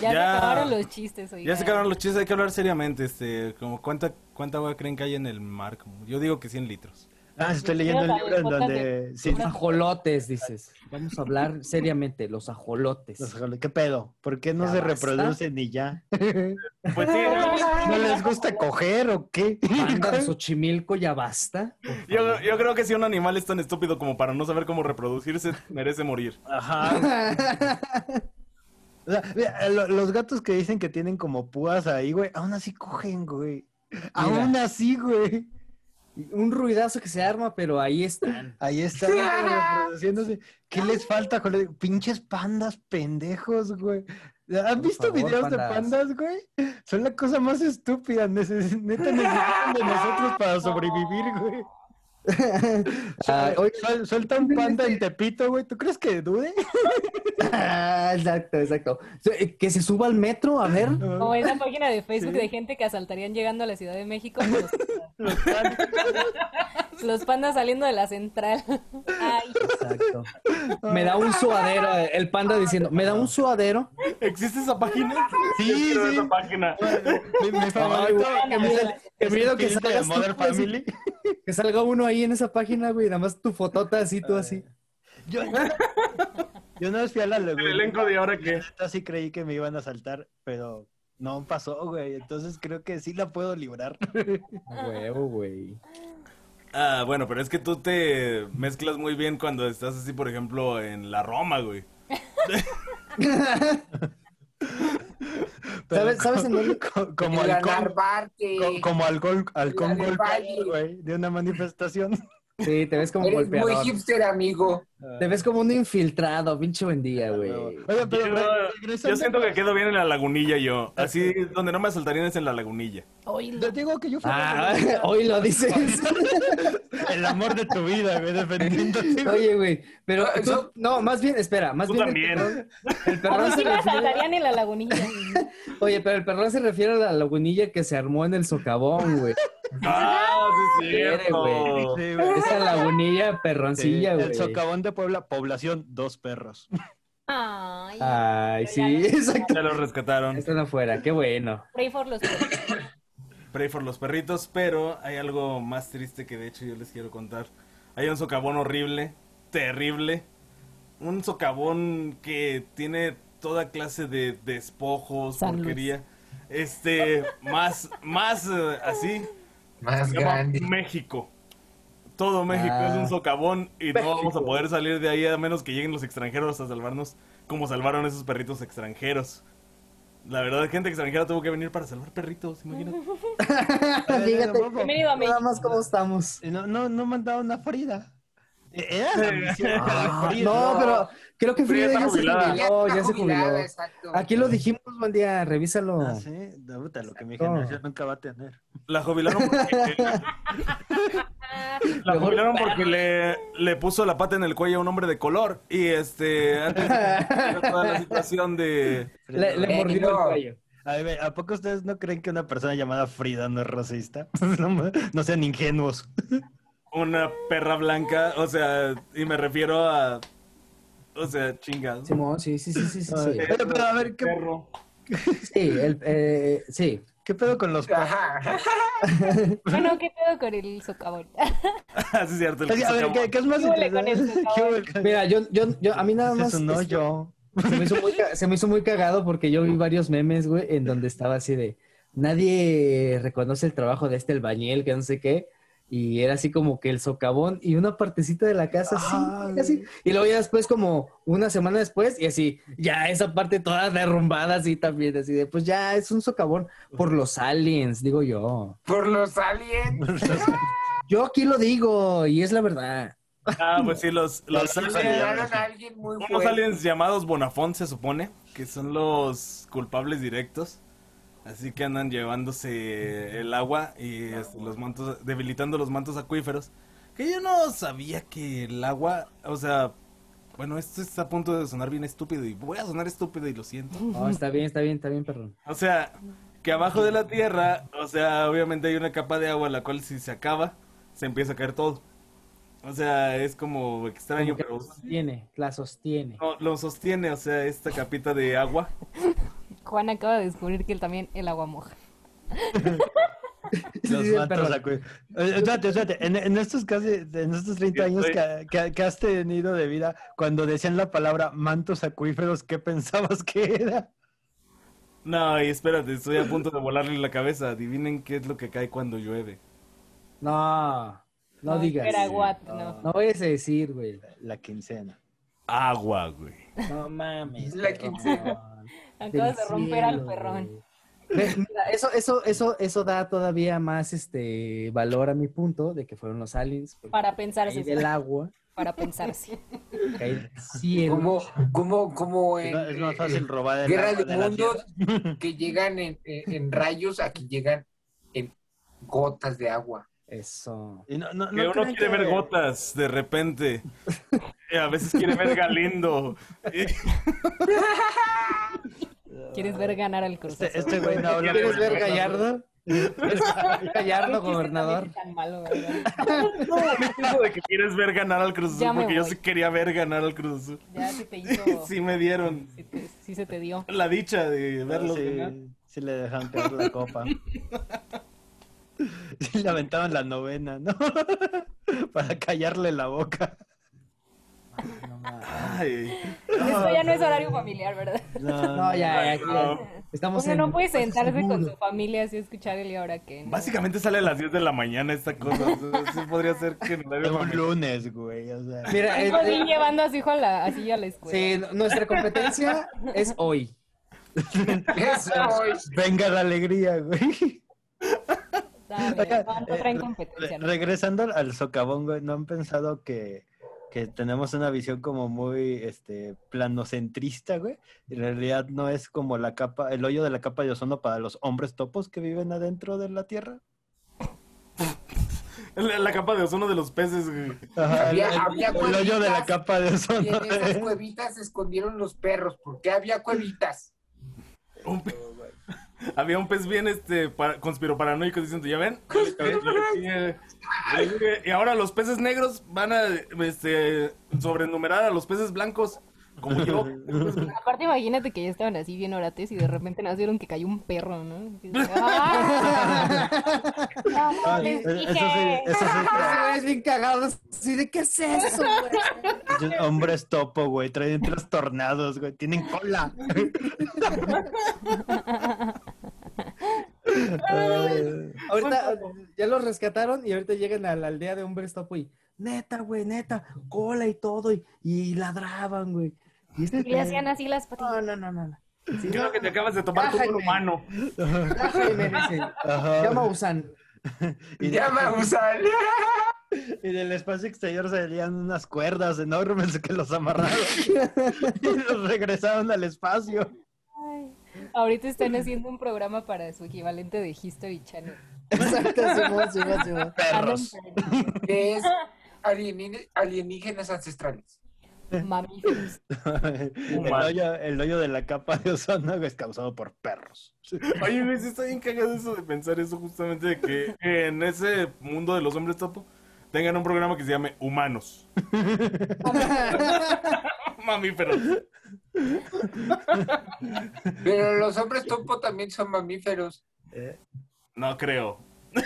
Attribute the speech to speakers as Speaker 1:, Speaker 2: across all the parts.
Speaker 1: Ya, se
Speaker 2: Ya.
Speaker 1: acabaron los chistes, oiga.
Speaker 2: Ya se acabaron los chistes, hay que hablar seriamente. Este, como cuánta, cuánta agua creen que hay en el mar. Como- Yo digo que 100 litros.
Speaker 3: Ah, estoy leyendo el
Speaker 1: Mira,
Speaker 3: libro en
Speaker 1: bótate.
Speaker 3: donde... Sí,
Speaker 4: Ajolotes, dices. Vamos a hablar seriamente, los ajolotes.
Speaker 3: los ajolotes, ¿Qué pedo? ¿Por qué no
Speaker 4: Ya
Speaker 3: se
Speaker 4: basta.
Speaker 3: reproducen y ya?
Speaker 2: Pues sí,
Speaker 1: Ah,
Speaker 3: ¿No les gusta coger o qué?
Speaker 4: Manda Xochimilco, ya basta. por
Speaker 2: yo,
Speaker 4: favor.
Speaker 2: yo creo que si un animal es tan estúpido como para no saber cómo reproducirse, merece morir.
Speaker 3: Ajá. O sea, mira, lo- los gatos que dicen que tienen como púas ahí, güey, aún así cogen, güey. Aún así, güey.
Speaker 4: Un ruidazo que se arma, pero ahí están.
Speaker 3: Ahí están reproduciéndose. ¿Qué les falta, joder? Pinches pandas pendejos, güey. ¿Han
Speaker 4: Por
Speaker 3: visto
Speaker 4: favor,
Speaker 3: videos de
Speaker 4: pandas.
Speaker 3: pandas, güey? Son la cosa más estúpida. Neces- neta necesitan de nosotros para sobrevivir, güey.
Speaker 4: Ah,
Speaker 3: Oye, suel- suelta un panda en Tepito, güey. ¿Tú crees que dude?
Speaker 4: Ah, exacto, exacto. Eh, Que se suba al metro, a ver.
Speaker 1: Como esa página de Facebook
Speaker 3: Sí.
Speaker 1: de gente que asaltarían llegando a la Ciudad de México. Los,
Speaker 3: Los pandas.
Speaker 1: los pandas saliendo de la central. Ay,
Speaker 4: Exacto. Me da un suadero, eh, el panda diciendo, me da un suadero.
Speaker 2: ¿Existe esa página?
Speaker 3: Sí,
Speaker 2: Yo quiero
Speaker 3: sí.
Speaker 2: esa página.
Speaker 3: Mi, mi
Speaker 4: Ay,
Speaker 3: favorito.
Speaker 4: güey,
Speaker 3: que me sale-
Speaker 4: Qué miedo que
Speaker 3: es el
Speaker 4: salgas
Speaker 3: de
Speaker 4: tú,
Speaker 3: Modern
Speaker 4: güey, así,
Speaker 3: Family.
Speaker 4: que salga uno ahí en esa página, güey, nada más tu fotota así, tú así.
Speaker 3: Yo, yo una vez fui a la
Speaker 2: El
Speaker 3: laguna.
Speaker 2: elenco de ahora que...
Speaker 3: neta sí creí que me iban a saltar, pero no pasó, güey. Entonces creo que sí la puedo librar.
Speaker 4: A Huevo, güey.
Speaker 2: Ah, bueno, pero es que tú te mezclas muy bien cuando estás así, por ejemplo, en la Roma, güey.
Speaker 3: Pero
Speaker 4: ¿Sabes, ¿Sabes en dónde?
Speaker 3: co- como
Speaker 5: la
Speaker 3: alcohol,
Speaker 5: Narvarte.
Speaker 3: co- como alcohol, halcón
Speaker 5: de
Speaker 3: golpeador,
Speaker 5: Valle.
Speaker 3: güey, de una manifestación.
Speaker 4: Sí, te ves como
Speaker 5: Eres muy
Speaker 4: golpeador.
Speaker 5: hipster, amigo.
Speaker 4: Te ves como un infiltrado, pinche buen día, güey.
Speaker 3: Oye, pero
Speaker 2: Yo-
Speaker 3: re-
Speaker 2: Yo
Speaker 3: regresando-
Speaker 2: siento que quedo bien en la lagunilla yo. Así, donde no me asaltarían es en la lagunilla.
Speaker 1: oílo.
Speaker 3: Yo digo que yo fui
Speaker 4: Ah, hoy lo dices.
Speaker 3: el amor de tu vida, güey, defendiendo.
Speaker 4: Oye, güey, pero tú- no, más bien, espera, más
Speaker 2: Tú
Speaker 4: bien. el
Speaker 2: también.
Speaker 4: perrón- El
Speaker 1: A mí
Speaker 4: perrón
Speaker 1: sí
Speaker 4: se
Speaker 1: me
Speaker 4: refiere,
Speaker 1: asaltarían en la lagunilla.
Speaker 4: oye, pero el perrón se refiere a la lagunilla que se armó en el socavón, güey.
Speaker 2: ¡Ah, sí es
Speaker 4: Quiere,
Speaker 2: cierto!
Speaker 3: Sí, güey.
Speaker 4: Esa lagunilla
Speaker 3: Sí,
Speaker 4: perroncilla, güey.
Speaker 3: el socavón de Puebla, población, dos perros.
Speaker 1: Ay,
Speaker 4: Ay, sí, exacto.
Speaker 2: Ya los rescataron.
Speaker 4: Están afuera, qué bueno.
Speaker 1: pray for los
Speaker 2: Pray for los perritos, pero hay algo más triste que de hecho yo les quiero contar. Hay un socavón horrible, terrible. Un socavón que tiene toda clase de despojos,
Speaker 1: San Luis.
Speaker 2: porquería. Este, más, más eh, así.
Speaker 5: Más
Speaker 2: Se llama
Speaker 5: grande.
Speaker 2: México. Todo México
Speaker 4: Ah.
Speaker 2: es un socavón y no
Speaker 4: México.
Speaker 2: vamos a poder salir de ahí a menos que lleguen los extranjeros a salvarnos como salvaron esos perritos extranjeros. La verdad, gente extranjera tuvo que venir para salvar perritos, imagínate.
Speaker 4: Fíjate,
Speaker 1: Bienvenido a México.
Speaker 4: nada más cómo estamos.
Speaker 3: No, no, no mandaron a Frida. Eh, Era la misión.
Speaker 4: Ah,
Speaker 3: Frida.
Speaker 4: no, pero creo que
Speaker 2: Frida
Speaker 4: Frida
Speaker 2: está
Speaker 4: ya se
Speaker 2: jubilada.
Speaker 4: jubiló,
Speaker 5: está
Speaker 4: ya se
Speaker 5: jubilada,
Speaker 4: jubiló.
Speaker 5: exacto.
Speaker 4: Aquí lo dijimos, buen día, revísalo.
Speaker 3: Ah, sí, no, puta, lo que mi
Speaker 4: Exacto.
Speaker 3: generación nunca va a tener.
Speaker 2: La jubilaron porque, la jubilaron porque le, le puso la pata en el cuello a un hombre de color y este antes de toda la situación de
Speaker 4: Le, le
Speaker 5: Eh,
Speaker 4: mordió el
Speaker 5: no.
Speaker 4: cuello.
Speaker 3: A ver, ¿a poco ustedes no creen que una persona llamada Frida no es racista? No, ma- no sean ingenuos.
Speaker 2: una perra blanca, o sea, y me refiero a o sea, chingas.
Speaker 4: Simón, sí, sí, sí, sí, sí. sí.
Speaker 3: Pero, pero, a ver, ¿qué,
Speaker 2: Perro.
Speaker 4: Sí, el, eh, sí.
Speaker 3: qué pedo con los perros?
Speaker 5: Ajá.
Speaker 1: Bueno, ¿qué pedo con el socavón?
Speaker 2: Ah, sí, es cierto. el
Speaker 3: Así, A ver,
Speaker 2: socavón.
Speaker 3: ¿qué, qué es más
Speaker 1: ¿Qué huele con
Speaker 3: interesante?
Speaker 1: esto,
Speaker 3: ¿Qué huele con-
Speaker 4: Mira, yo, yo, yo, a mí nada
Speaker 3: Ese Es
Speaker 4: más.
Speaker 3: un
Speaker 4: este,
Speaker 3: hoyo.
Speaker 4: se, me hizo muy, ca- se me hizo muy cagado porque yo vi varios memes, güey, en donde estaba así de. Nadie reconoce el trabajo de este albañil, que no sé qué. Y era así como que el socavón y una partecita de la casa,
Speaker 3: Ajá,
Speaker 4: así, así. Y luego ya después, como una semana después, y así, ya esa parte toda derrumbada, así también, así de, pues ya es un socavón por los aliens, digo yo.
Speaker 5: Por los aliens.
Speaker 4: Yo aquí lo digo y es la verdad.
Speaker 2: Ah, pues sí, los, los aliens.
Speaker 5: Llegaron a alguien muy
Speaker 2: Unos
Speaker 5: fuerte.
Speaker 2: aliens llamados Bonafont se supone, que son los culpables directos. Así que andan llevándose el agua y este, los mantos, debilitando los mantos acuíferos. Que yo no sabía que el agua, o sea, bueno, esto está a punto de sonar bien estúpido y voy a sonar estúpido y lo siento.
Speaker 4: No, está bien, está bien, está bien, perrón.
Speaker 2: O sea, que abajo de la tierra, o sea, obviamente hay una capa de agua la cual si se acaba, se empieza a caer todo. O sea, es como extraño,
Speaker 4: Como que
Speaker 2: pero
Speaker 4: la sostiene, la sostiene.
Speaker 2: no, lo sostiene, o sea, esta capita de agua.
Speaker 1: Juan acaba de descubrir que él también el agua moja.
Speaker 3: Sí,
Speaker 4: Los
Speaker 3: sí,
Speaker 4: mantos
Speaker 3: pero-
Speaker 4: acu-
Speaker 3: Eh, Espérate, espérate. En, en estos casi, en estos 30 años que, que- que has tenido de vida, cuando decían la palabra mantos acuíferos, ¿qué pensabas que era?
Speaker 2: No, y espérate, estoy a punto de volarle la cabeza. Adivinen qué es lo que cae cuando llueve.
Speaker 4: No, no digas.
Speaker 1: Era guat, no.
Speaker 4: No vayas a decir, güey.
Speaker 3: La quincena.
Speaker 2: Agua, güey.
Speaker 4: No mames.
Speaker 5: La
Speaker 4: perrón.
Speaker 5: quincena.
Speaker 1: Acabas de
Speaker 4: Del
Speaker 1: romper al
Speaker 4: cielo,
Speaker 1: perrón.
Speaker 4: güey. Ve, mira, eso, eso, eso, eso da todavía más este valor a mi punto de que fueron los aliens. porque
Speaker 1: Para
Speaker 4: caí
Speaker 1: pensarse,
Speaker 4: del agua,
Speaker 1: para pensarse.
Speaker 4: caí del cielo.
Speaker 5: Como, como, como en
Speaker 3: Es más
Speaker 5: en
Speaker 3: fácil robar el
Speaker 5: Guerra
Speaker 3: agua
Speaker 5: de
Speaker 3: de la
Speaker 5: Mundos
Speaker 3: tierra.
Speaker 5: que llegan en, en- en rayos a que llegan en gotas de agua.
Speaker 4: Eso.
Speaker 3: Y no- no-
Speaker 2: Que
Speaker 3: no
Speaker 2: uno
Speaker 3: creen
Speaker 2: quiere ver
Speaker 3: que-
Speaker 2: gotas de repente. Y a veces quiere ver Galindo. Y
Speaker 1: ¿Quieres ver ganar al Cruz
Speaker 3: Este,
Speaker 1: Azul?
Speaker 3: este güey no habla.
Speaker 4: ¿Quieres
Speaker 3: por el
Speaker 4: ver
Speaker 3: gobernador.
Speaker 4: Gallardo? Gallardo,
Speaker 1: Creo que este
Speaker 4: gobernador.
Speaker 1: también es tan malo, ¿verdad?
Speaker 2: eso de que quieres ver ganar al Cruz Azul,
Speaker 1: Ya me
Speaker 2: porque yo
Speaker 1: voy.
Speaker 2: sí quería ver ganar al Cruz Azul.
Speaker 1: Ya se te hizo...
Speaker 2: Sí me dieron
Speaker 1: se te- sí se te dio.
Speaker 2: la dicha de verlo
Speaker 3: Sí,
Speaker 2: ganar.
Speaker 3: sí le dejaban caer la copa. Sí le aventaban la novena, ¿no? Para callarle la boca.
Speaker 2: Ay,
Speaker 1: Esto ya no es horario familiar, ¿verdad?
Speaker 3: No,
Speaker 4: No, ya, ya, ya. Estamos
Speaker 1: Uno no
Speaker 4: en-
Speaker 1: puede sentarse con
Speaker 4: seguro.
Speaker 1: su familia así a escuchar el y ahora que no.
Speaker 2: básicamente sale a las 10 de la mañana esta cosa. O sea, Sí podría ser que en horario
Speaker 3: Un
Speaker 2: familiar.
Speaker 3: lunes, güey. O sea,
Speaker 4: Mira,
Speaker 1: Hijo, sí,
Speaker 3: eh,
Speaker 4: este-
Speaker 1: llevando a su hijo a la, así a la escuela.
Speaker 4: sí, n- nuestra competencia es hoy.
Speaker 5: Eso es.
Speaker 3: venga la alegría, güey.
Speaker 1: Dale,
Speaker 3: Oiga,
Speaker 1: ¿cuánto
Speaker 3: eh,
Speaker 1: traen
Speaker 3: re-
Speaker 1: competencia?
Speaker 3: Re-
Speaker 1: no?
Speaker 3: regresando al- al socavón, güey, ¿no han pensado que, que tenemos una visión como muy este, planocentrista, güey? En realidad no es como la capa, el hoyo de la capa de ozono para los hombres topos que viven adentro de la Tierra.
Speaker 2: La, la capa de ozono de los peces, güey.
Speaker 3: Ajá, el,
Speaker 5: Había-
Speaker 3: el-
Speaker 5: había
Speaker 3: el hoyo de la
Speaker 5: cuadritas
Speaker 3: capa de
Speaker 5: Y
Speaker 3: ozono.
Speaker 5: en esas
Speaker 3: de-
Speaker 5: cuevitas se escondieron los perros, porque había cuevitas.
Speaker 2: Un pe- Había un pez bien este para... conspiroparanoico diciendo, ¿ya ven? Eh, Y ahora los peces negros van a este, sobrenumerar a los peces blancos. Como yo.
Speaker 1: Aparte, imagínate que ya estaban así bien orates y de repente nos vieron que cayó un perro, ¿no? Y dices, ¡Ah! No
Speaker 3: Ah,
Speaker 1: mames,
Speaker 3: eso sí,
Speaker 1: dije.
Speaker 3: eso
Speaker 5: "Ah".
Speaker 3: sí,
Speaker 4: Es bien cagado. Sí, ¿de qué es eso?
Speaker 3: hombres topo, güey, traen trastornados, güey, tienen cola. Ay.
Speaker 4: Ahorita eh, ya los rescataron y ahorita llegan a la aldea de hombres topo y neta, güey, neta, cola y todo y, y ladraban, güey. Y este-
Speaker 1: Y le hacían así las patitas.
Speaker 4: No, no, no, no. no. Sí, no,
Speaker 2: Creo que te acabas de tomar tu
Speaker 4: Ay, güey.
Speaker 2: humano.
Speaker 4: Ay, me dicen,
Speaker 3: Ajá.
Speaker 4: Llama a Usan.
Speaker 3: Y, de-
Speaker 5: Llama Usal.
Speaker 3: y del espacio exterior salían unas cuerdas enormes que los amarraron y los regresaron al espacio.
Speaker 1: Ay. Ahorita están haciendo un programa para su equivalente de History Channel.
Speaker 4: Exacto, Simón, Simón, Simón.
Speaker 3: Perros.
Speaker 5: Que es alieni- alienígenas ancestrales.
Speaker 1: Mamíferos.
Speaker 3: El hoyo, el hoyo de la capa de ozono güey, es causado por perros.
Speaker 2: Oye, güey, sí está bien cagado eso de pensar eso justamente de que en ese mundo de los hombres topo tengan un programa que se llame Humanos. Mami, pero
Speaker 5: Pero los hombres topo también son mamíferos.
Speaker 2: no creo.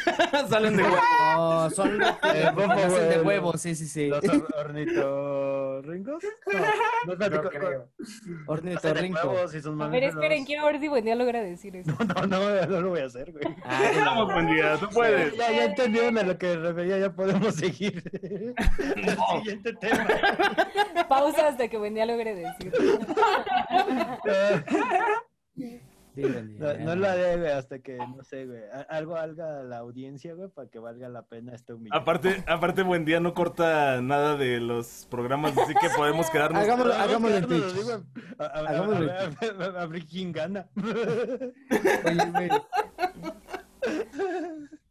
Speaker 2: Salen de huevo.
Speaker 4: No, Oh, son los que
Speaker 3: Eh, Bobo,
Speaker 4: nacen de
Speaker 3: güey.
Speaker 4: huevo, sí, sí, sí.
Speaker 3: ¿Los hor- ornitorrincos? No, no, es
Speaker 5: No
Speaker 3: platico-
Speaker 5: creo.
Speaker 3: Hacen de
Speaker 4: Ornitorrinco.
Speaker 3: huevos y son
Speaker 1: A ver, esperen,
Speaker 3: mamíferos.
Speaker 1: quiero ver si buen día logra decir eso.
Speaker 3: No, no, no lo voy a hacer, güey.
Speaker 4: Ah,
Speaker 2: Vamos, buen día, tú puedes.
Speaker 3: Ya, ya entendieron a lo que refería, ya podemos seguir. Al siguiente tema.
Speaker 1: Pausa hasta que buen día logre decir.
Speaker 3: Eh,
Speaker 4: Sí, buen
Speaker 3: No,
Speaker 4: día.
Speaker 3: no la debe hasta que, no sé, güey. a- Algo valga la audiencia, güey, para que valga la pena este humillante.
Speaker 2: Aparte, aparte, buen día no corta nada de los programas, así que podemos quedarnos.
Speaker 4: Hagámoslo, hagámoslo en
Speaker 3: Quedarnos
Speaker 4: Twitch.
Speaker 3: así, güey, a- a- a-
Speaker 4: Hagámoslo
Speaker 3: a- a- a- a- a ver quién gana.
Speaker 4: Oye, güey.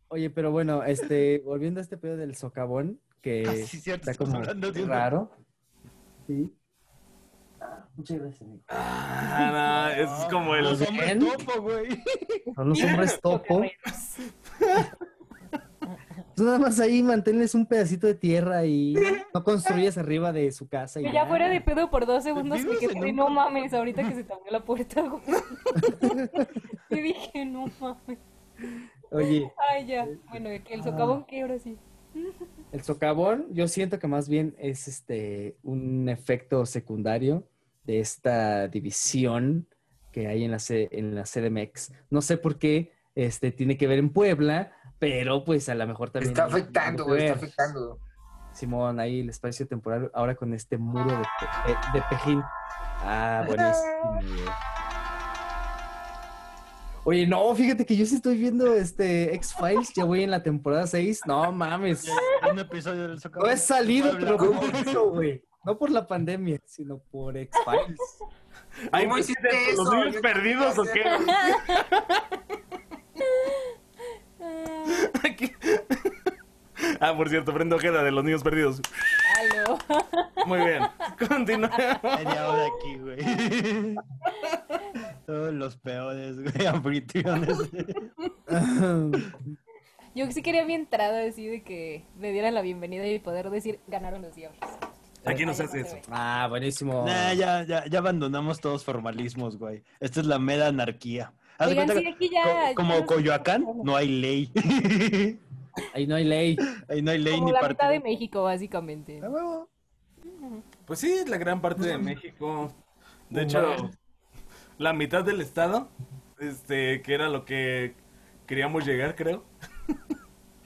Speaker 4: Oye, pero bueno, este, volviendo a este pedo del socavón, que
Speaker 3: Ah, sí, cierto,
Speaker 4: Eh, está
Speaker 3: estamos
Speaker 4: como
Speaker 3: hablando de un-
Speaker 4: raro. Sí. Muchas gracias, amigo.
Speaker 2: Ah, no, eso es como el.
Speaker 3: Los hombres
Speaker 4: ¿Ven?
Speaker 3: topo, güey.
Speaker 4: Son los hombres topo. Tú nada más ahí manténles un pedacito de tierra y no construyes arriba de su casa. Y
Speaker 1: Yo ya fuera de pedo por dos segundos
Speaker 2: Vives
Speaker 1: porque
Speaker 2: en
Speaker 1: dije,
Speaker 2: un-
Speaker 1: no mames, ahorita que se te abrió la puerta, güey. y dije, no mames.
Speaker 4: Oye,
Speaker 1: Ay, ya. Bueno, que el socavón que ahora sí.
Speaker 4: el socavón, yo siento que más bien es este un efecto secundario de esta división que hay en la, C- en la CDMX. No sé por qué este, tiene que ver en Puebla, pero pues a lo mejor también.
Speaker 5: Está
Speaker 4: tiene
Speaker 5: afectando,
Speaker 4: que
Speaker 5: güey, está
Speaker 4: ver.
Speaker 5: afectando.
Speaker 4: Simón, ahí el espacio temporal, ahora con este muro de, pe- eh, de pejín. Ah, buenísimo. güey. Oye, no, fíjate que yo sí estoy viendo este X-Files, ya voy en la temporada 6. No mames.
Speaker 3: Un episodio del
Speaker 4: No
Speaker 3: Socavón.
Speaker 4: he salido,
Speaker 3: Puebla.
Speaker 4: pero por eso, güey. No por la pandemia, sino por X-Files.
Speaker 2: Ay,
Speaker 5: ¿Cómo
Speaker 2: güey,
Speaker 5: hiciste
Speaker 2: ¿Los
Speaker 5: eso?
Speaker 2: niños
Speaker 5: Yo
Speaker 2: perdidos o qué?
Speaker 1: Ah,
Speaker 2: Aquí- Ah, por cierto, prendo Ojeda de los niños perdidos.
Speaker 1: aló.
Speaker 2: Muy bien. Continúa.
Speaker 3: Media hora aquí, güey. Todos los peores, güey, anfitriones.
Speaker 1: Yo sí quería mi entrada así de que me dieran la bienvenida y poder decir, ganaron los diablos.
Speaker 2: Aquí no se
Speaker 1: Ay,
Speaker 2: hace eso.
Speaker 1: güey.
Speaker 4: ah, buenísimo.
Speaker 3: Nah, ya, ya, ya abandonamos todos formalismos, güey. Esta es la mera anarquía. Haz de
Speaker 1: Oigan,
Speaker 3: cuenta
Speaker 1: sí,
Speaker 3: que
Speaker 1: aquí ya-
Speaker 3: co- como
Speaker 1: ya no-
Speaker 3: Coyoacán, no hay ley.
Speaker 4: Ahí no hay ley.
Speaker 3: Ahí no hay ley
Speaker 1: Como
Speaker 3: ni
Speaker 1: la
Speaker 3: partido.
Speaker 1: mitad de México, básicamente.
Speaker 3: Ah, huevo.
Speaker 2: Pues sí, la gran parte de México. De hecho, la mitad del estado, este, que era lo que queríamos llegar, creo.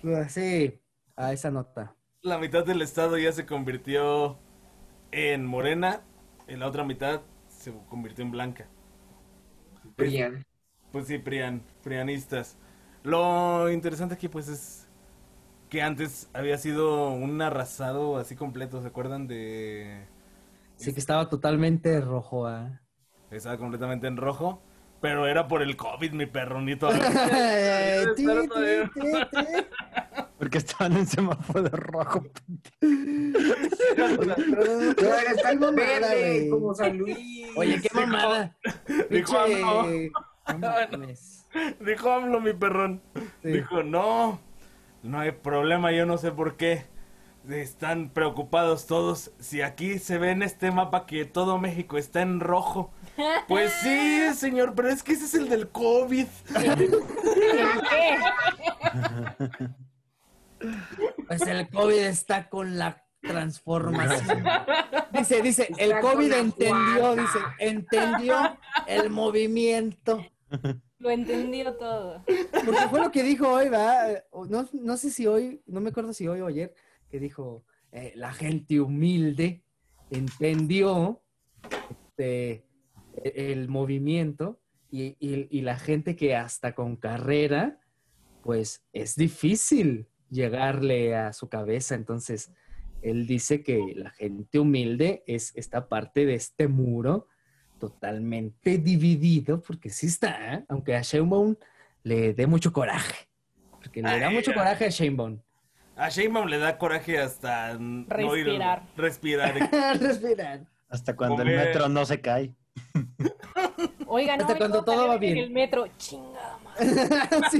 Speaker 4: Ah, Sí, a esa nota.
Speaker 2: La mitad del estado ya se convirtió en morena, y la otra mitad se convirtió en blanca.
Speaker 5: Brian.
Speaker 2: Pues sí, prian, prianistas. Lo interesante aquí pues es que antes había sido un arrasado así completo, ¿se acuerdan de
Speaker 4: Sí que estaba totalmente rojo. ah.
Speaker 2: Estaba completamente en rojo, pero era por el COVID, mi perronito.
Speaker 4: Eh, ti,
Speaker 2: Espero
Speaker 4: ti,
Speaker 2: todavía.
Speaker 4: ti, ti.
Speaker 3: Porque estaban en semáforo rojo.
Speaker 5: Pero ahora está
Speaker 4: Qué mamada,
Speaker 5: verde,
Speaker 4: güey.
Speaker 5: como San Luis.
Speaker 4: Oye, qué mamada.
Speaker 2: Dijo
Speaker 4: Pinche-
Speaker 2: AMLO.
Speaker 4: No mames.
Speaker 2: Dijo AMLO, mi perrón.
Speaker 4: Sí.
Speaker 2: Dijo, no, no hay problema, yo no sé por qué. Están preocupados todos. Si aquí se ve en este mapa que todo México está en rojo. Pues sí, señor, pero es que ese es el del COVID.
Speaker 4: Pues el COVID está con la transformación. Dice, dice, el
Speaker 5: Está con
Speaker 4: COVID
Speaker 5: la
Speaker 4: entendió,
Speaker 5: guarda.
Speaker 4: dice, entendió el movimiento.
Speaker 1: Lo entendió todo.
Speaker 4: Porque fue lo que dijo hoy, ¿verdad? O No, no sé si hoy, no me acuerdo si hoy o ayer, que dijo, eh, la gente humilde entendió este, e- el movimiento y, y- y la gente que hasta con carrera, pues es difícil llegarle a su cabeza. Entonces, él dice que la gente humilde es esta parte de este muro totalmente dividido, porque sí está, ¿eh? aunque a Sheinbaum le dé mucho coraje. Porque le da
Speaker 2: Ay,
Speaker 4: mucho
Speaker 2: ay.
Speaker 4: coraje a Sheinbaum.
Speaker 2: A Sheinbaum le da coraje hasta n- no ir-
Speaker 1: Respirar.
Speaker 2: respirar.
Speaker 4: Respirar.
Speaker 3: Hasta cuando
Speaker 2: Hombre.
Speaker 3: el metro no se cae.
Speaker 1: Oigan,
Speaker 4: Hasta
Speaker 1: hoy
Speaker 4: cuando
Speaker 1: no
Speaker 4: todo
Speaker 1: salieron
Speaker 4: va bien.
Speaker 1: En el metro, chingada madre.
Speaker 4: Sí.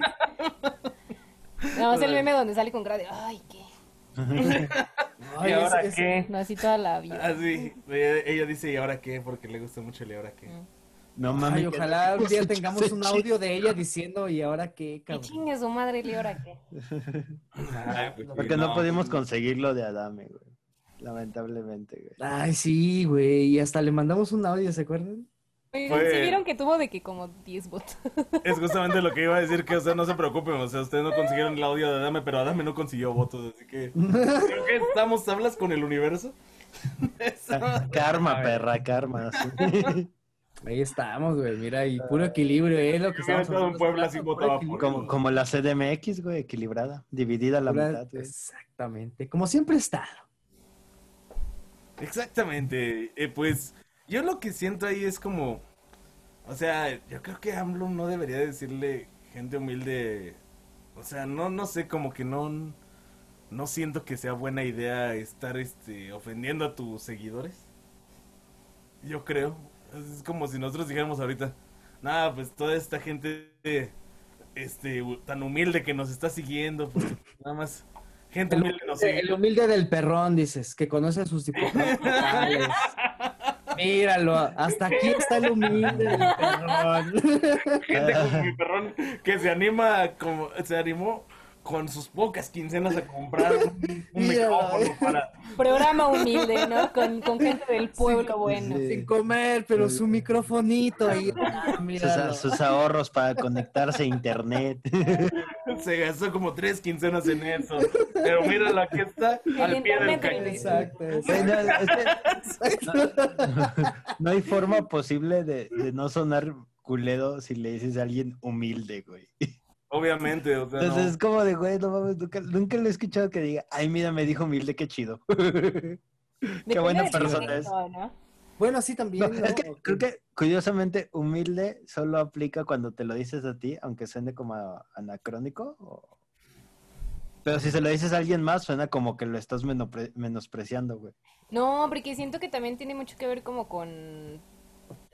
Speaker 1: Nada más el meme donde sale con grade. Ay, qué.
Speaker 2: ¿Y
Speaker 4: Ay, es-
Speaker 2: ahora
Speaker 4: es-
Speaker 2: qué?
Speaker 1: No, así toda la
Speaker 4: Ah,
Speaker 1: vida.
Speaker 2: Así, ella, ella dice, ¿y ahora qué? Porque le gusta mucho el ¿y ahora qué?
Speaker 1: Mm.
Speaker 3: No
Speaker 4: Ay,
Speaker 3: mames.
Speaker 4: ojalá un día
Speaker 3: Se-
Speaker 4: tengamos
Speaker 3: se-
Speaker 4: un audio de ella diciendo, ¿y ahora qué,
Speaker 1: ¿Qué
Speaker 4: cabrón?
Speaker 1: chingue su madre, ¿y ahora qué?
Speaker 2: Ay, pues,
Speaker 3: Porque no,
Speaker 2: no.
Speaker 3: pudimos conseguir lo de Adame, güey. Lamentablemente, güey.
Speaker 4: Ay, sí, güey. Y hasta le mandamos un audio, ¿se acuerdan?
Speaker 1: Oigan,
Speaker 2: Fue-
Speaker 1: ¿sí vieron que tuvo de que como 10 votos.
Speaker 2: Es justamente lo que iba a decir, que usted no se preocupen, o sea, ustedes no consiguieron el audio de Adame, pero Adame no consiguió votos, así que... Creo que estamos, ¿hablas con el universo?
Speaker 3: Ca- Karma, perra, karma. sí.
Speaker 4: Ahí estamos, güey. Mira, y puro equilibrio, ¿eh? Lo que
Speaker 2: Yo hubiera
Speaker 4: estamos
Speaker 2: estado en
Speaker 4: hablando hace
Speaker 2: Puebla,
Speaker 4: rato,
Speaker 2: sí
Speaker 4: puro
Speaker 2: votaba por
Speaker 4: equilibrio.
Speaker 3: como, como la CDMX, güey, equilibrada. Dividida a la
Speaker 4: Pura-
Speaker 3: mitad, güey.
Speaker 4: Exactamente. Como siempre está.
Speaker 2: Exactamente, eh, pues yo lo que siento ahí es como... O sea, yo creo que AMLO no debería decirle gente humilde... O sea, no, no sé, como que no... No siento que sea buena idea estar este, ofendiendo a tus seguidores. Yo creo. Es como si nosotros dijéramos ahorita, nada, pues toda esta gente eh, este, hu- tan humilde que nos está siguiendo, pues nada más Gente
Speaker 4: El,
Speaker 2: humilde nos sigue.
Speaker 4: el humilde del perrón, dices, que conoce a sus diputados locales. Míralo, hasta aquí está el humilde del perrón.
Speaker 2: Gente como mi perrón que se anima, como, se animó con sus pocas quincenas a comprar un, un
Speaker 4: Mira.
Speaker 2: micrófono para...
Speaker 1: Programa humilde, ¿no? Con, con gente del pueblo bueno.
Speaker 3: sí.
Speaker 4: Sin comer, pero su microfonito ahí.
Speaker 3: Sus,
Speaker 4: míralo.
Speaker 3: sus ahorros para conectarse a internet.
Speaker 2: Se gastó como tres quincenas en eso. Pero mira la que está al pie del
Speaker 1: internet
Speaker 2: cañón.
Speaker 1: regresa.
Speaker 4: Exacto.
Speaker 3: Sí, no, es que- no- no hay forma posible de, de no sonar culero si le dices a alguien humilde, güey.
Speaker 2: Obviamente, o sea, no.
Speaker 3: Entonces es como de, güey, no mames, nunca, nunca lo he escuchado que diga, ay, mira, me dijo humilde, qué chido.
Speaker 1: Depende
Speaker 3: buena
Speaker 1: del
Speaker 3: persona
Speaker 1: contexto, ¿no?
Speaker 4: Bueno, sí, también.
Speaker 3: No,
Speaker 4: ¿no?
Speaker 3: es que creo que, curiosamente, humilde solo aplica cuando te lo dices a ti, aunque suene como a- anacrónico. o- Pero si se lo dices a alguien más, suena como que lo estás menopre- menospreciando, güey.
Speaker 1: No, porque siento que también tiene mucho que ver como con...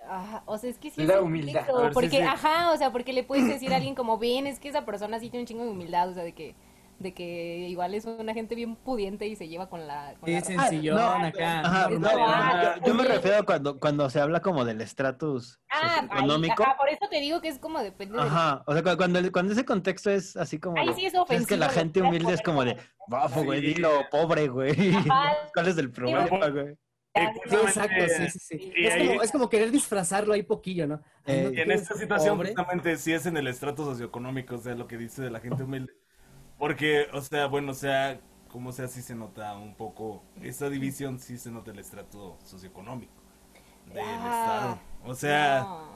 Speaker 1: Ajá, o sea, es que sí. es
Speaker 5: La
Speaker 1: un
Speaker 5: humildad.
Speaker 1: conflicto,
Speaker 2: A ver, sí,
Speaker 1: porque,
Speaker 2: sí.
Speaker 1: ajá, o sea, porque le puedes decir a alguien como, bien, es que esa persona sí tiene un chingo de humildad, o sea, de que, de que igual es una gente bien pudiente y se lleva con la... Con la
Speaker 4: Sí,
Speaker 1: raza.
Speaker 4: sencillón
Speaker 3: Ah, no,
Speaker 4: acá.
Speaker 3: Ajá,
Speaker 1: Es
Speaker 3: no,
Speaker 1: normal.
Speaker 3: yo, yo me refiero cuando, cuando se habla como del estatus
Speaker 1: Ah, ahí,
Speaker 3: socioeconómico.
Speaker 1: ajá, por eso te digo que es como depende del-
Speaker 3: Ajá, o sea, cu- cuando, cuando ese contexto es así como...
Speaker 1: Ahí
Speaker 3: de, "Pues
Speaker 1: sí es
Speaker 3: Es que
Speaker 1: ofensivo,
Speaker 3: la
Speaker 1: lo
Speaker 3: gente
Speaker 1: puedes
Speaker 3: humilde es
Speaker 1: poner
Speaker 3: como de, bafo, güey, dilo, pobre,
Speaker 1: Ajá.
Speaker 3: güey. ¿Cuál es el problema, güey?
Speaker 2: Y
Speaker 4: Sí,
Speaker 2: justamente,
Speaker 4: exacto, sí, sí, sí.
Speaker 2: Y
Speaker 4: Es,
Speaker 2: ahí-
Speaker 4: como, es como querer disfrazarlo ahí poquillo, ¿no? Ay,
Speaker 3: Eh,
Speaker 4: no,
Speaker 2: y en
Speaker 4: tú eres
Speaker 2: esta situación, pues,
Speaker 4: pobre.
Speaker 2: justamente, sí es en el estrato socioeconómico, o sea, lo que dice de la gente humilde. Porque, o sea, bueno, o sea, como sea, sí se nota un poco, esa división sí se nota el estrato socioeconómico del
Speaker 1: Ah,
Speaker 2: estado. O sea,
Speaker 1: No.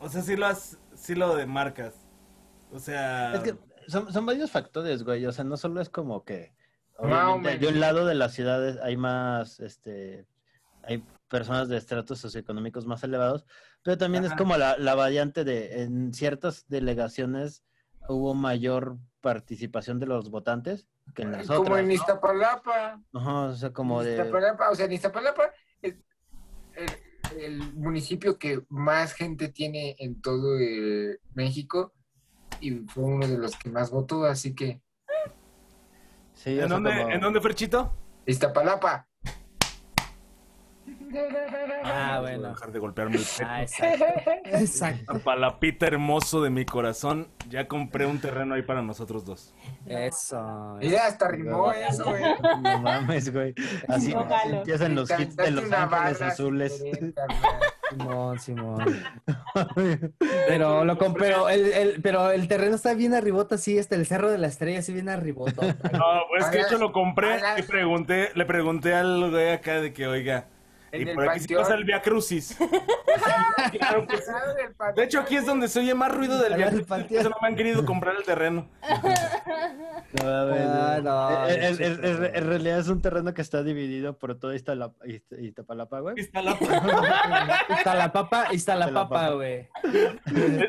Speaker 2: o sea, sí lo, has- sí lo demarcas. O sea,
Speaker 3: Es que son, son varios factores, güey. O sea, no solo es como que
Speaker 5: No,
Speaker 3: obviamente,
Speaker 5: hombre.
Speaker 3: de un lado de las ciudades hay más, este, hay personas de estratos socioeconómicos más elevados, pero también es
Speaker 2: Ajá.
Speaker 3: como la, la variante de en ciertas delegaciones hubo mayor participación de los votantes que en las otras.
Speaker 5: Como en
Speaker 3: ¿no?
Speaker 5: Iztapalapa.
Speaker 3: Ajá, o sea, como de...
Speaker 5: Iztapalapa, o sea, en Iztapalapa es el, el municipio que más gente tiene en todo eh, México y fue uno de los que más votó, así que
Speaker 3: Sí, o
Speaker 2: ¿en
Speaker 3: sea,
Speaker 2: dónde,
Speaker 3: como-
Speaker 2: ¿en dónde, Ferchito?
Speaker 5: Iztapalapa.
Speaker 4: Ah,
Speaker 2: pues, Voy a
Speaker 4: bueno.
Speaker 2: dejar de golpearme el pecho.
Speaker 4: Ah, exacto. Exacto.
Speaker 2: Palapita hermoso de mi corazón, ya compré un terreno ahí para nosotros dos.
Speaker 4: Eso.
Speaker 5: Mira, hasta rimó eso, güey.
Speaker 3: No mames, güey. Así
Speaker 1: No,
Speaker 3: así
Speaker 1: jalo.
Speaker 3: empiezan los hits de
Speaker 5: Cantaste
Speaker 3: Los
Speaker 5: una
Speaker 3: Ángeles
Speaker 5: barra
Speaker 3: Azules.
Speaker 5: sin querer, carnal.
Speaker 4: Simón, Simón. Pero lo compré, pero el, el- pero el terreno está bien arribota, sí, está el Cerro de la Estrella, sí, bien arribota.
Speaker 2: No, pues que de hecho lo compré
Speaker 5: Alas.
Speaker 2: y pregunté, le pregunté al güey acá de que, oiga, y
Speaker 5: En el
Speaker 2: por aquí sí
Speaker 5: panteón.
Speaker 2: pasa el Via Crucis. Claro que sí.
Speaker 5: Pasado del
Speaker 2: De hecho, aquí es donde se oye más ruido del
Speaker 4: Al
Speaker 2: Via
Speaker 4: lado del
Speaker 2: Crucis. por eso no me han querido comprar el terreno.
Speaker 3: No, a ver,
Speaker 4: Ah, no,
Speaker 3: eh, eh,
Speaker 4: es
Speaker 3: eh, eh,
Speaker 4: cierto.
Speaker 3: eh, en realidad es un terreno que está dividido por todo Iztala- Izt- Iztapalapa, güey.
Speaker 2: Iztala-
Speaker 4: Está la papa, está la
Speaker 3: Iztapalapa.
Speaker 4: papa, güey.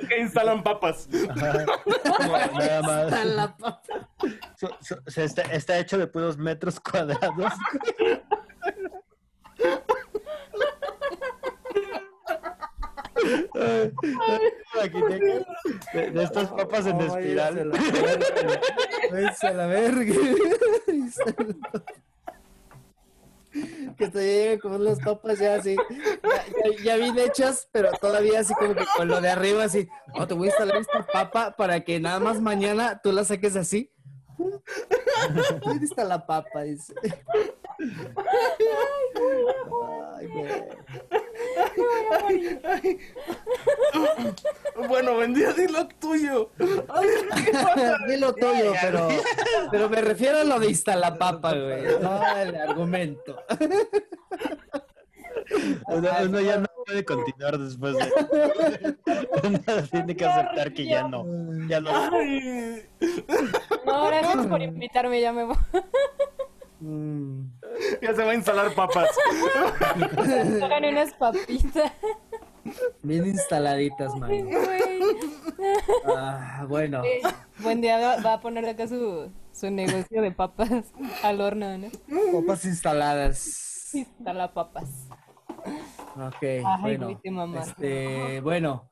Speaker 2: Es que instalan papas.
Speaker 3: Ajá. Como Nada
Speaker 4: Está
Speaker 3: más.
Speaker 4: la papa.
Speaker 3: So- so- se está, está hecho de puros metros cuadrados. Ay, me imaginé que- De, de estas papas en
Speaker 4: Ay, se
Speaker 3: espiral.
Speaker 4: la verga. Váyanse a la verga. Que te lleguen como las papas ya así, ya, ya- ya bien hechas, pero todavía así como que con lo de arriba así, oh, te voy a instalar esta papa para que nada más mañana tú la saques así. ¿Dónde está la papa? Dice. Ay, güey.
Speaker 2: Bueno, vendí así lo tuyo. Ay, ¿qué pasa?
Speaker 4: Dilo tuyo, pero, pero me refiero a lo de Iztapalapa, güey. No, el argumento.
Speaker 3: Uno, uno ya no puede continuar después de. Uno tiene que aceptar que ya no. Ya no.
Speaker 2: Ay.
Speaker 1: No, gracias por invitarme, ya me voy.
Speaker 4: Mm.
Speaker 2: Ya se va a instalar papas.
Speaker 1: Hagan unas papitas.
Speaker 4: Bien instaladitas, mano.
Speaker 1: Güey.
Speaker 4: Ah, bueno.
Speaker 1: Eh, Buen día va- va a poner acá su, su negocio de papas al horno, ¿no?
Speaker 4: Copas instaladas.
Speaker 1: Está la papas.
Speaker 4: Ok,
Speaker 1: güey,
Speaker 4: bueno.
Speaker 1: te mamaste.
Speaker 4: Este, bueno.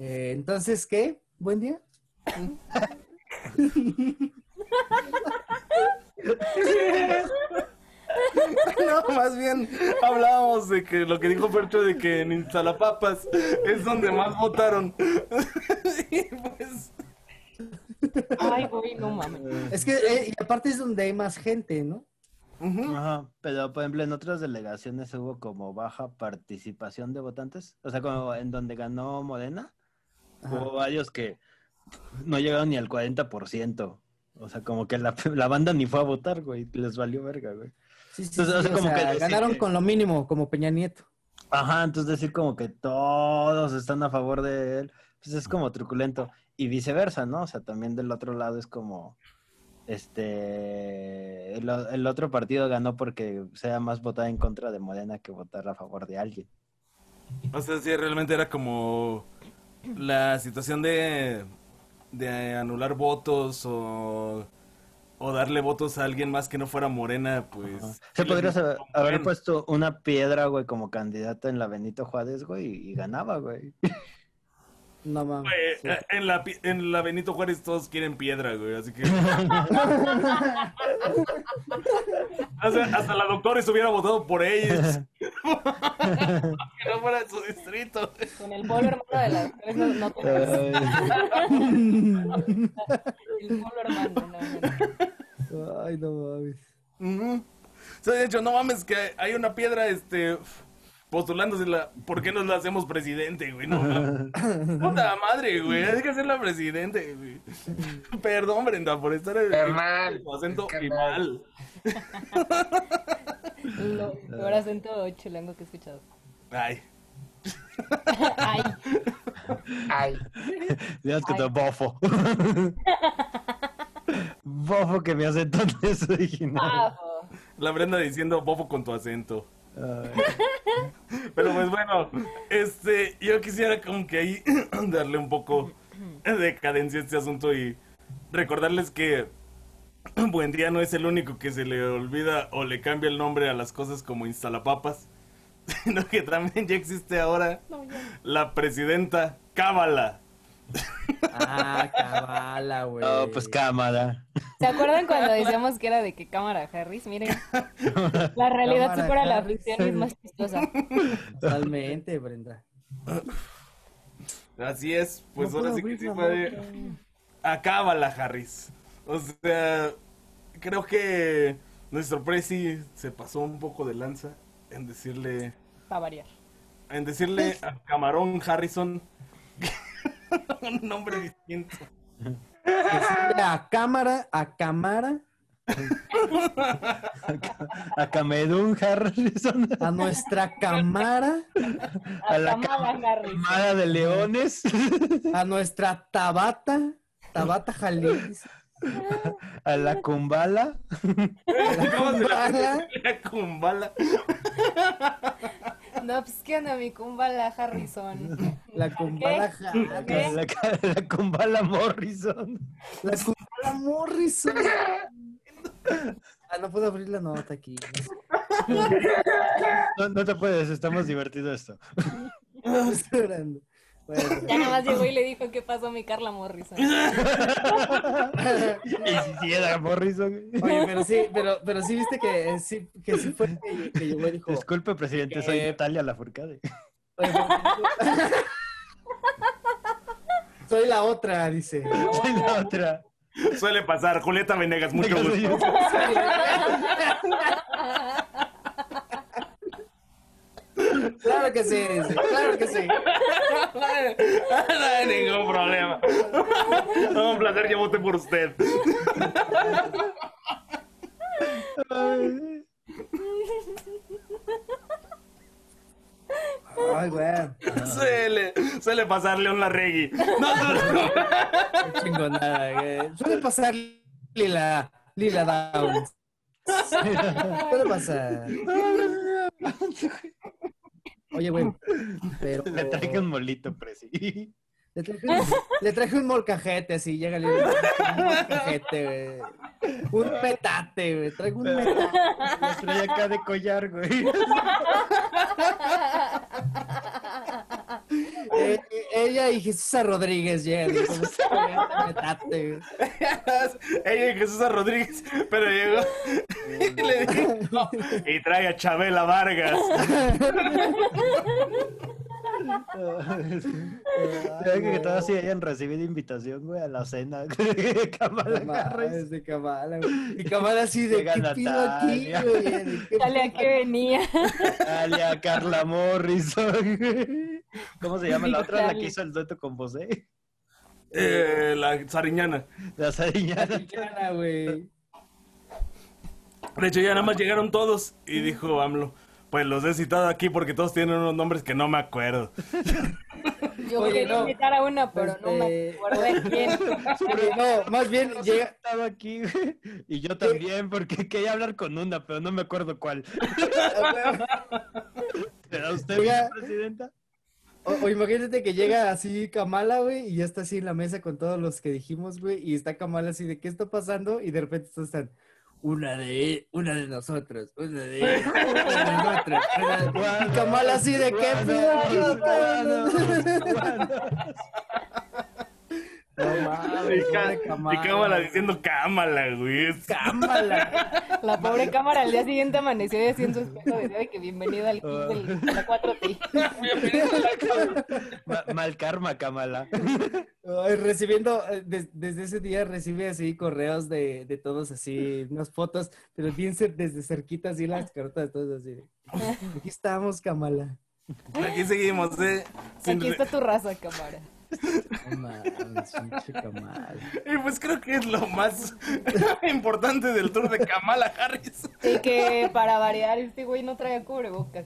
Speaker 4: eh, Entonces, ¿qué? ¿Buen día?
Speaker 2: No, más bien hablábamos de que lo que dijo Percho de que en Instalapapas es donde más votaron. Y pues,
Speaker 1: Ay, güey, no mames.
Speaker 4: Es que, eh, y aparte es donde hay más gente, ¿no?
Speaker 2: ujú.
Speaker 3: Ajá, pero por ejemplo en otras delegaciones hubo como baja participación de votantes, o sea, como en donde ganó Morena, hubo varios que no llegaron ni al 40%, o sea, como que la, la banda ni fue a votar, güey, les valió verga, güey.
Speaker 4: Sí, sí,
Speaker 3: Entonces,
Speaker 4: sí,
Speaker 3: o sea,
Speaker 4: o
Speaker 3: como
Speaker 4: sea,
Speaker 3: que decir
Speaker 4: ganaron
Speaker 3: que-
Speaker 4: con lo mínimo, como Peña Nieto.
Speaker 3: Ajá, entonces decir como que todos están a favor de él, pues es como truculento. Y viceversa, ¿no? O sea, también del otro lado es como, este, el, o- el otro partido ganó porque sea más votar en contra de Morena que votar a favor de alguien.
Speaker 2: O sea, sí, realmente era como la situación de, de anular votos o, o darle votos a alguien más que no fuera morena, pues...
Speaker 3: Ajá.
Speaker 2: sí
Speaker 3: Se
Speaker 2: les
Speaker 3: podría
Speaker 2: hizo
Speaker 3: haber,
Speaker 2: un
Speaker 3: haber
Speaker 2: buen.
Speaker 3: puesto una piedra, güey, como candidata en la Benito Juárez, güey, y, y ganaba, güey.
Speaker 4: No mames.
Speaker 2: Güey,
Speaker 3: Pues,
Speaker 2: eh, En la, pi- en la Benito Juárez todos quieren piedra, güey, así que... O sea, hasta la doctora hubiera votado por ellos. que no fuera de su distrito.
Speaker 1: Con el pueblo hermano de las tres no, no tenemos
Speaker 3: Ay,
Speaker 1: el pueblo hermano. no, no, no.
Speaker 4: Ay, no mames.
Speaker 2: Ujú. O sea, de hecho, no mames que hay una piedra, este, postulándose la... ¿Por qué nos la hacemos presidente, güey? No, mames. Puta madre, güey. Hay que hacerla presidente, güey. Perdón, Brenda, por estar en
Speaker 5: Carnal,
Speaker 2: tu acento y
Speaker 5: carnal.
Speaker 2: mal.
Speaker 1: Lo peor acento chilango que he escuchado.
Speaker 2: Ay.
Speaker 1: Ay,
Speaker 5: Ay,
Speaker 3: Dios que te
Speaker 1: Ay.
Speaker 3: bofo. bofo que me hace entonces original.
Speaker 1: bajo.
Speaker 2: La Brenda diciendo bobo con tu acento.
Speaker 3: Ay.
Speaker 2: Pero pues bueno, este, yo quisiera como que ahí darle un poco de cadencia a este asunto y recordarles que Buen Día no es el único que se le olvida o le cambia el nombre a las cosas como Instalapapas, sino que también ya existe ahora la presidenta Cábala.
Speaker 4: Ah, cabala, güey.
Speaker 3: No, pues cámara.
Speaker 1: ¿Se acuerdan cuando decíamos que era de qué cámara Harris? Miren, la realidad
Speaker 4: Cámara
Speaker 1: supera la
Speaker 4: Harris.
Speaker 1: ficción y es más chistosa.
Speaker 4: Totalmente, Brenda.
Speaker 2: Así es, pues
Speaker 4: No
Speaker 2: ahora
Speaker 4: puedo
Speaker 2: sí que
Speaker 4: abrir
Speaker 2: sí
Speaker 4: la
Speaker 2: fue de- a Cábala, Harris. O sea, creo que nuestro presi se pasó un poco de lanza en decirle
Speaker 1: Para variar.
Speaker 2: en decirle a Camarón Harrison un nombre distinto.
Speaker 4: Decirle A cámara, a cámara,
Speaker 3: A Camedún Harrison,
Speaker 4: a nuestra cámara,
Speaker 1: A,
Speaker 3: A la
Speaker 1: cámara Harris.
Speaker 3: Mara de Leones,
Speaker 4: a nuestra tabata, tabata Jalisco.
Speaker 3: a la Cumbala,
Speaker 2: ¿Cómo se la
Speaker 4: Kumbala.
Speaker 2: la Kumbala?
Speaker 1: No, pues qué onda, mi cumbala Harrison.
Speaker 4: La cumbala,
Speaker 1: ¿Qué?
Speaker 4: Ja-
Speaker 1: ¿Qué?
Speaker 3: la, ca- la Kumbala Morrison.
Speaker 4: la cumbala Morrison. Ah, no puedo abrir la nota aquí.
Speaker 3: No, no te puedes, estamos divertido esto.
Speaker 4: Estoy llorando. Bueno,
Speaker 1: Ya nada más llegó y le dijo qué pasó a mi Carla Morrison.
Speaker 3: Y si sí era Morrison.
Speaker 4: Oye, pero sí, pero, pero sí viste que eh, sí, que sí fue que, que llegó y dijo.
Speaker 3: Disculpe, presidente, soy
Speaker 4: eh,
Speaker 3: Natalia Lafourcade.
Speaker 4: "Oye, Soy la otra, dice.
Speaker 3: Soy la otra.
Speaker 2: Suele pasar, Julieta Venegas, mucho
Speaker 3: Soy
Speaker 2: gusto.
Speaker 3: yo.
Speaker 4: Claro que sí, dice, claro que sí.
Speaker 2: No hay ningún problema. No, un placer, yo voté por usted.
Speaker 3: Ay,
Speaker 4: Ay, güey.
Speaker 2: Suele, suele pasar León Larregui. No, no, no.
Speaker 4: Qué Chingonada, güey. Suele pasar Lila, Lila Downs. Suele pasar. Oye, güey, pero...
Speaker 3: Le traje un molito, presi.
Speaker 4: Le traje un, le traje un molcajete, así, llega el un molcajete, güey. Un petate, güey. Traigo un petate.
Speaker 3: La trae acá de collar, güey.
Speaker 4: Eh, eh, ella y Jesús A. Rodríguez llegan. y como, "Metate, güey".
Speaker 2: Ella y Jesús A. Rodríguez, pero llegó y le dijo, y trae a Chabela Vargas.
Speaker 3: Creo que todos sí hayan recibido invitación, güey, a la cena. güey, Kamala Harris.
Speaker 4: Mames, de Kamala, güey. Y Kamala así de
Speaker 3: Llega
Speaker 4: qué pido aquí,
Speaker 3: Natalia.
Speaker 4: güey. ¿De qué
Speaker 1: Dale a qué venía.
Speaker 3: Alia, Carla Morrison. güey. ¿Cómo se llama la otra? La que hizo el dueto con José.
Speaker 2: Eh, la Sariñana.
Speaker 3: La Sariñana.
Speaker 4: pido, güey?
Speaker 2: De hecho, ya nada más llegaron todos y dijo AMLO. Pues los he citado aquí porque todos tienen unos nombres que no me acuerdo.
Speaker 1: Yo
Speaker 4: Oye,
Speaker 1: quería
Speaker 4: no.
Speaker 1: invitar a una, pero no me
Speaker 4: Este-
Speaker 1: acuerdo de quién.
Speaker 4: Oye, No, más bien llega,
Speaker 3: Estaba aquí, güey. Y yo también, porque quería hablar con una, pero no me acuerdo cuál. ¿Será usted,
Speaker 4: Oiga.
Speaker 3: presidenta?
Speaker 4: O, o imagínate que llega así Kamala, güey, y ya está así en la mesa con todos los que dijimos, güey, y está Kamala así de qué está pasando, y de repente todos están, una de una de nosotros, una de, una de nosotros, una de- y Kamala así de qué pido aquí,
Speaker 3: Guanos,
Speaker 4: cabrón?"
Speaker 3: guanos.
Speaker 4: No mames,
Speaker 2: Y, ca-
Speaker 4: pobre Kamala.
Speaker 2: y Cámara diciendo Cámara, güey.
Speaker 4: Kamala.
Speaker 1: La pobre cámara al día siguiente amaneció y así en su espejo decía de que bienvenido al club del, de la 4T.
Speaker 3: Ma- Mal karma, Kamala.
Speaker 4: Ay, Recibiendo, eh, des- desde ese día recibe así correos de, de todos así, unas fotos, pero bien cer- desde cerquita así las cartas, de todos así. de, Aquí estamos, Kamala.
Speaker 2: Aquí seguimos, ¿eh? Sin-
Speaker 1: Aquí está tu raza, cámara.
Speaker 4: No mames, pinche Kamala.
Speaker 2: Y pues creo que es lo más importante del tour de Kamala Harris.
Speaker 1: Y que para variar, este güey no trae cubrebocas.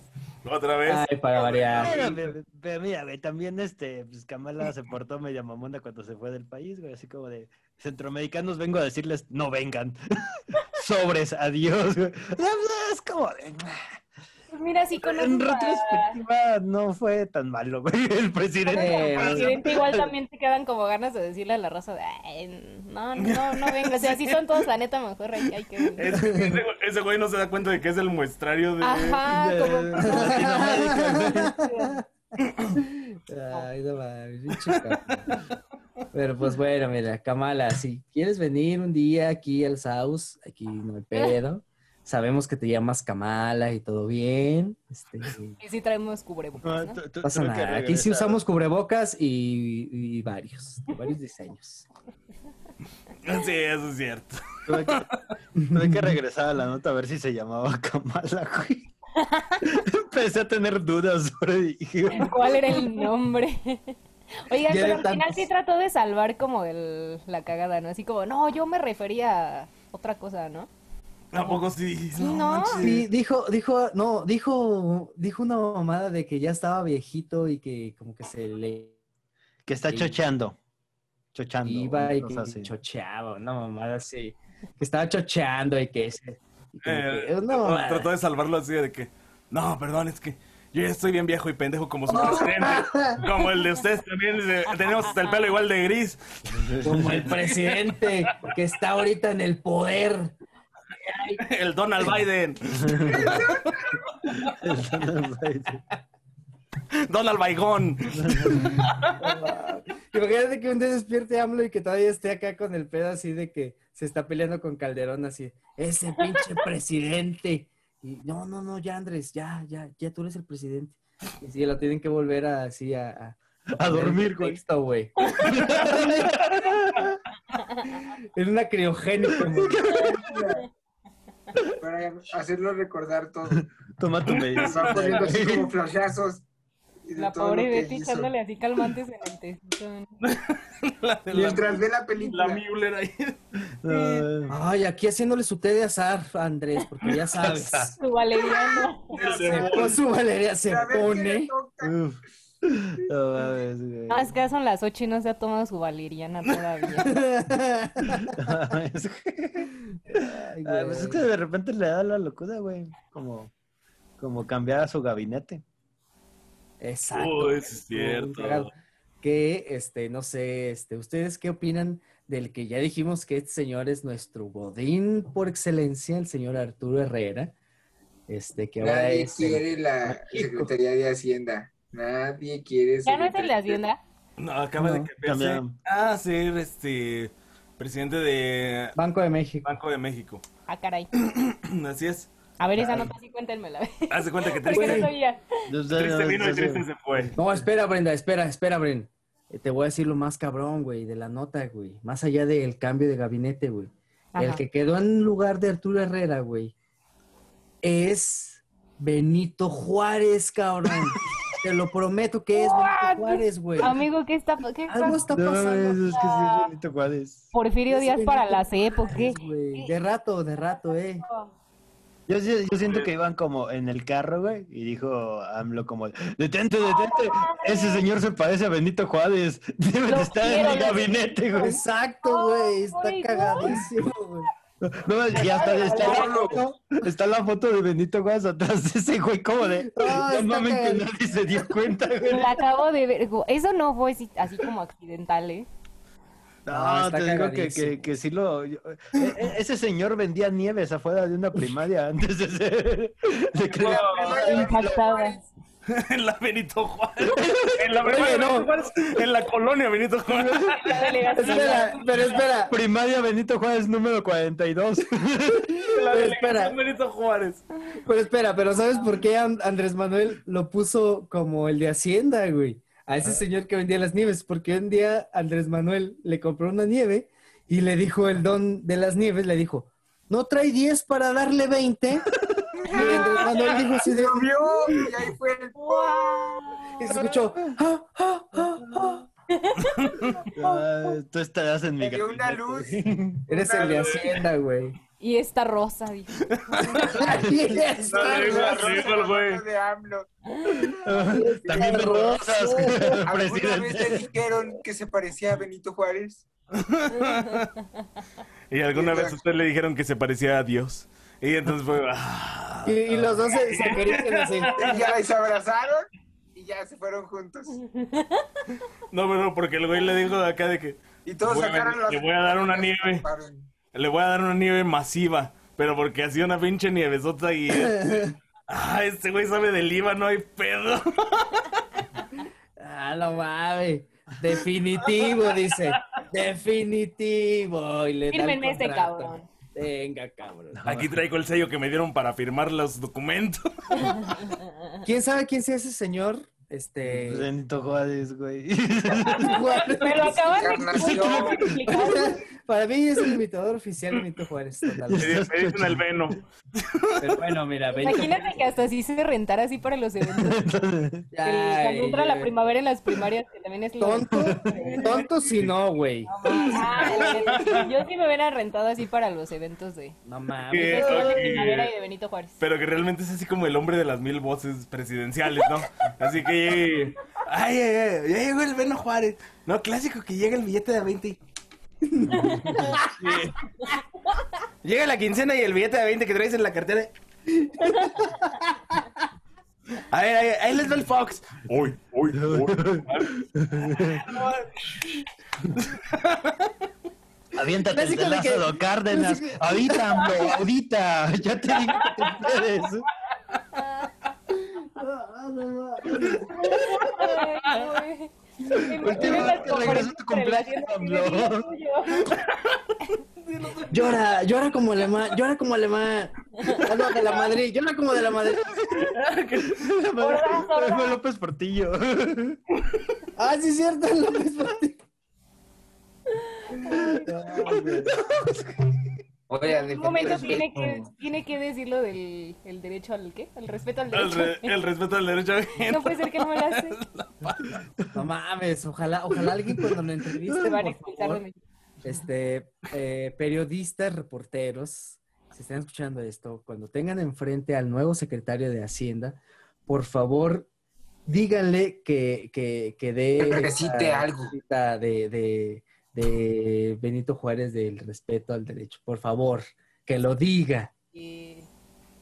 Speaker 2: Otra vez.
Speaker 4: Ay, para variar.
Speaker 3: Pero, pero- pero mira, güey, también este, pues Kamala se portó media mamona cuando se fue del país, güey, así como de centroamericanos vengo a decirles no vengan. Sobres, adiós, güey. Es como de,
Speaker 1: Pues mira, sí
Speaker 3: en
Speaker 1: conoces a...
Speaker 3: retrospectiva no fue tan malo, güey, el presidente.
Speaker 4: Eh,
Speaker 1: al presidente igual también te quedan como ganas de decirle a la raza de, "Ay, no, no, no venga, o sea, así son todos, la neta, mejor hay, hay que...
Speaker 2: Ese, ese güey- ese güey no se da cuenta de que es el muestrario de...
Speaker 1: Ajá, ah, como...
Speaker 3: Latinoamérica, güey.
Speaker 4: pues, Ay, no mames, pinche Kamala. Pero pues bueno, mira, Kamala, si quieres venir un día aquí al Saus, aquí no hay pedo. Sabemos que te llamas Kamala y todo bien. Este,
Speaker 1: Y sí traemos
Speaker 5: Ah,
Speaker 1: cubrebocas,
Speaker 3: No,
Speaker 1: ¿no?
Speaker 3: tu- tu-
Speaker 4: pasa
Speaker 3: tuve que
Speaker 4: nada. Aquí sí
Speaker 3: regresar.
Speaker 4: usamos cubrebocas y, y varios, y varios diseños.
Speaker 2: Sí, eso es cierto.
Speaker 3: Tuve que, tuve que regresar a la nota a ver si se llamaba Kamala, güey. Empecé a tener dudas, güey. dije,
Speaker 1: ¿Cuál era el nombre? Oigan,
Speaker 4: Ya
Speaker 1: pero
Speaker 4: de
Speaker 1: al final
Speaker 4: tantos.
Speaker 1: sí trató de salvar como el, la cagada, ¿no? Así como, no, yo me refería a otra cosa, ¿no?
Speaker 2: ¿A poco sí? Eh,
Speaker 1: Sí, ¿no?
Speaker 4: Sí, dijo, dijo, no, dijo, dijo una mamada de que ya estaba viejito y que como que se le
Speaker 3: Que está
Speaker 4: Sí.
Speaker 3: chocheando. Chochando.
Speaker 4: iba y que
Speaker 3: cosas así.
Speaker 4: chocheaba, una mamada así, que estaba chocheando y que se... y como
Speaker 2: Eh,
Speaker 4: que, una
Speaker 2: trató-
Speaker 4: mamada.
Speaker 2: trató de salvarlo así de que... No, perdón, es que yo ya estoy bien viejo y pendejo como su presidente. Como el de ustedes también. eh, Tenemos hasta el pelo igual de gris.
Speaker 4: Como el presidente que está ahorita en el poder.
Speaker 2: El Donald Biden. Donald Baigón.
Speaker 4: Imagínate que un día despierte AMLO y que todavía esté acá con el pedo así de que se está peleando con Calderón así, ese pinche presidente. Y no, no, no, ya Andrés, ya, ya, ya tú eres el presidente. Y sí, lo tienen que volver a, así a... a-
Speaker 3: A dormir,
Speaker 4: güey.
Speaker 3: güey.
Speaker 4: Texto, güey. en una criogénica. güey.
Speaker 5: Para hacerlo recordar todo.
Speaker 3: Toma tu medicina.
Speaker 5: Va poniendo así
Speaker 3: güey.
Speaker 5: como flashazos. y de
Speaker 1: La
Speaker 5: todo lo
Speaker 1: pobre
Speaker 5: que
Speaker 1: Betty
Speaker 5: hizo.
Speaker 1: echándole así calmantes en el testón.
Speaker 2: La, de la,
Speaker 5: Mientras ve la
Speaker 2: la
Speaker 5: película.
Speaker 2: Müller ahí.
Speaker 3: No,
Speaker 4: Ay, aquí haciéndole su té de azar, Andrés, porque ya sabes.
Speaker 1: Su valeriano.
Speaker 4: Se pone su valeria, se
Speaker 5: A ver qué le
Speaker 4: pone.
Speaker 5: toca.
Speaker 3: uf. No mames, güey.
Speaker 1: Más que son las 8 y no se ha tomado su valeriana todavía.
Speaker 3: No mames, güey.
Speaker 4: Ay,
Speaker 3: Ah, pues es que
Speaker 4: güey.
Speaker 3: de repente le da la locura, güey. Como, como cambiar a su gabinete.
Speaker 4: Exacto.
Speaker 2: Uy, sí es
Speaker 4: Estuvo muy
Speaker 2: cierto.
Speaker 4: cagado. Que, este, no sé, este, ¿ustedes qué opinan del que ya dijimos que este señor es nuestro godín por excelencia, el señor Arturo Herrera? Este, que ahora
Speaker 5: Nadie
Speaker 4: es... el-
Speaker 5: quiere la
Speaker 4: México.
Speaker 5: Secretaría de Hacienda. Nadie quiere
Speaker 1: ¿Ya no es el de
Speaker 5: Secretaría-
Speaker 1: Hacienda?
Speaker 2: No, acaba de
Speaker 4: No,
Speaker 2: cambiarse
Speaker 3: cambiaron.
Speaker 2: a ser este presidente de
Speaker 4: Banco de México.
Speaker 2: Banco de México.
Speaker 1: Ah, caray.
Speaker 2: Así es.
Speaker 1: A ver, esa
Speaker 2: Ay.
Speaker 1: nota sí cuéntenmela.
Speaker 2: Haz de cuenta que
Speaker 5: Pues
Speaker 1: Porque no
Speaker 2: triste,
Speaker 1: sabía.
Speaker 2: triste vino y triste se fue.
Speaker 4: No, espera, Brenda, espera, espera, Brenda. Te voy a decir lo más cabrón, güey, de la nota, güey. Más allá del cambio de gabinete, güey. El
Speaker 1: Ajá.
Speaker 4: que quedó en lugar de Arturo Herrera, güey, es Benito Juárez, cabrón. Te lo prometo que es Benito Juárez, güey.
Speaker 1: Amigo, ¿qué está Ah. qué
Speaker 4: Algo está
Speaker 3: No,
Speaker 4: pasando.
Speaker 3: es que sí es Benito Juárez.
Speaker 1: Porfirio
Speaker 4: Ese
Speaker 1: Díaz para ¿eh?
Speaker 4: Benito
Speaker 1: la CEP, ¿o qué?
Speaker 4: güey. De rato, de rato, eh.
Speaker 3: Yo, sí- yo siento que iban como en el carro, güey, y dijo AMLO como, detente, detente, ese señor se parece a Benito Juárez, debe
Speaker 1: Lo
Speaker 3: de estar
Speaker 1: quiero,
Speaker 3: en mi
Speaker 1: lo
Speaker 3: gabinete, güey.
Speaker 4: Exacto, güey. Está
Speaker 1: Ay, güey.
Speaker 4: cagadísimo, güey.
Speaker 3: No,
Speaker 5: Pues,
Speaker 3: y hasta está la, foto, está la foto de Benito Juárez atrás de ese güey como de,
Speaker 4: está
Speaker 3: no mames que
Speaker 4: cagado".
Speaker 3: nadie se dio cuenta, güey.
Speaker 1: La acabo de ver. Go- Eso no fue así, así como accidental, ¿eh?
Speaker 4: No,
Speaker 3: No,
Speaker 4: está
Speaker 3: te digo que,
Speaker 4: cagadísimo.
Speaker 3: que, que sí lo... yo- e- e- ese señor vendía nieves afuera de una primaria antes de ser... de que-
Speaker 1: Impactaba.
Speaker 2: En la Benito Juárez. En la, primaria
Speaker 3: no.
Speaker 2: Benito Juárez, en la colonia Benito Juárez.
Speaker 1: La delegación.
Speaker 4: Espera, pero espera.
Speaker 3: Primaria Benito Juárez número 42.
Speaker 2: En la
Speaker 4: Pero
Speaker 2: delegación
Speaker 4: espera.
Speaker 2: Benito Juárez.
Speaker 4: Pero espera, pero ¿sabes por qué And- Andrés Manuel lo puso como el de Hacienda, güey? A
Speaker 2: Ah.
Speaker 4: ese señor que vendía las nieves, porque un día Andrés Manuel le compró una nieve y le dijo el don de las nieves, le dijo, ¿no trae 10 para darle 20? Y Andrés Manuel dijo así de,
Speaker 5: Lo vio y ahí fue el...
Speaker 4: y se escuchó, "Ah, ah, ah, ah".
Speaker 3: Ah, tú estarás en mi
Speaker 5: Me dio una
Speaker 3: gabinete.
Speaker 5: luz.
Speaker 4: Eres el de Hacienda, güey.
Speaker 1: Y esta rosa, dijo.
Speaker 4: Así es,
Speaker 2: No,
Speaker 5: La
Speaker 2: digo,
Speaker 5: rosa,
Speaker 2: digo
Speaker 5: la
Speaker 2: el güey.
Speaker 5: rosa de AMLO.
Speaker 3: También me
Speaker 4: Rosa.
Speaker 3: rosas,
Speaker 5: ¿Alguna vez
Speaker 3: presidente.
Speaker 5: te dijeron que se parecía a Benito Juárez?
Speaker 2: Y alguna vez a
Speaker 5: Exacto.
Speaker 2: usted le dijeron que se parecía a Dios. Y entonces fue. ah,
Speaker 4: Y, y los dos se, se acarician así.
Speaker 5: Y ya y se abrazaron y ya se fueron juntos.
Speaker 2: No, pero porque el güey le dijo de acá de que
Speaker 5: Y todos
Speaker 2: Bueno,
Speaker 5: sacaron las...
Speaker 2: le voy a dar una nieve. le voy a dar una nieve masiva. Pero porque hacía una pinche nievesota y. este, ah, este güey sabe del IVA, no hay pedo.
Speaker 4: Ah, no mames. Definitivo, dice. Definitivo. Y le da el
Speaker 1: Firmen este
Speaker 4: contrato.
Speaker 1: cabrón.
Speaker 4: Venga, cabrón.
Speaker 2: Aquí traigo el sello que me dieron para firmar los documentos.
Speaker 4: ¿Quién sabe quién sea ese señor?
Speaker 3: Pues
Speaker 4: Este.
Speaker 3: Benito Juárez, güey.
Speaker 4: Juárez.
Speaker 1: Me lo acaban de
Speaker 5: Encarnación.
Speaker 1: me explicaron.
Speaker 4: Para mí es el imitador oficial de Benito Juárez.
Speaker 2: Me
Speaker 4: totalmente.
Speaker 2: di- me dicen el veno.
Speaker 4: Pero bueno, mira, Benito.
Speaker 1: Imagínate que hasta así se rentara así para los eventos. Que
Speaker 4: Ay,
Speaker 1: cuando entra la
Speaker 4: güey.
Speaker 1: primavera en las primarias, que también es lo-
Speaker 4: eh, Tonto, tonto si no, güey.
Speaker 1: Ah, la neta, Yo sí me hubiera rentado así para los eventos de...
Speaker 4: No
Speaker 2: Que-
Speaker 4: mames.
Speaker 1: de
Speaker 2: ok.
Speaker 1: primavera y de Benito Juárez.
Speaker 2: Pero que realmente es así como el hombre de las mil voces presidenciales, ¿no? Así que llega y, ay, ay, ay, ya llegó el Beno Juárez. No, clásico que llega el billete de 20. y- Sí. Llega la quincena y el billete de 20 que traes en la cartera. A ver, ahí, ahí les va el Fox. Uy, uy, uy.
Speaker 3: Aviéntate el
Speaker 4: Clásico
Speaker 3: de
Speaker 4: de que-
Speaker 3: Lázaro Cárdenas. Ahorita, AMLO, ahorita. Ya te digo que te puedes.
Speaker 1: Ay, güey. Me imagino
Speaker 3: vez
Speaker 1: las
Speaker 3: que regreso a tu
Speaker 1: conferencias
Speaker 3: cumpleaños,
Speaker 1: de
Speaker 3: AMLO.
Speaker 1: tuyo.
Speaker 4: Llora, llora como alemán, llora como alemán. Ah, no, de la Madrid, llora como de la Madrid.
Speaker 1: Hola, hola.
Speaker 3: Fue López Portillo.
Speaker 4: Ah, sí, es cierto, López Portillo.
Speaker 1: En un momento tiene que, tiene que decir lo del el derecho al qué? El respeto al
Speaker 2: El,
Speaker 1: derecho.
Speaker 2: re- el respeto al derecho ajeno.
Speaker 1: No pues puede ser que no me lo hace.
Speaker 4: No mames, ojalá, ojalá alguien cuando lo entreviste,
Speaker 1: Se van a
Speaker 4: por
Speaker 1: expulsar de
Speaker 4: favor,
Speaker 1: mí.
Speaker 4: este, eh, periodistas, reporteros, si están escuchando esto, cuando tengan enfrente al nuevo secretario de Hacienda, por favor, díganle que, que, que dé...
Speaker 5: Que recite
Speaker 4: esa
Speaker 5: algo.
Speaker 4: cita De, de, de Benito Juárez del respeto al derecho, por favor, que lo diga.
Speaker 1: Y-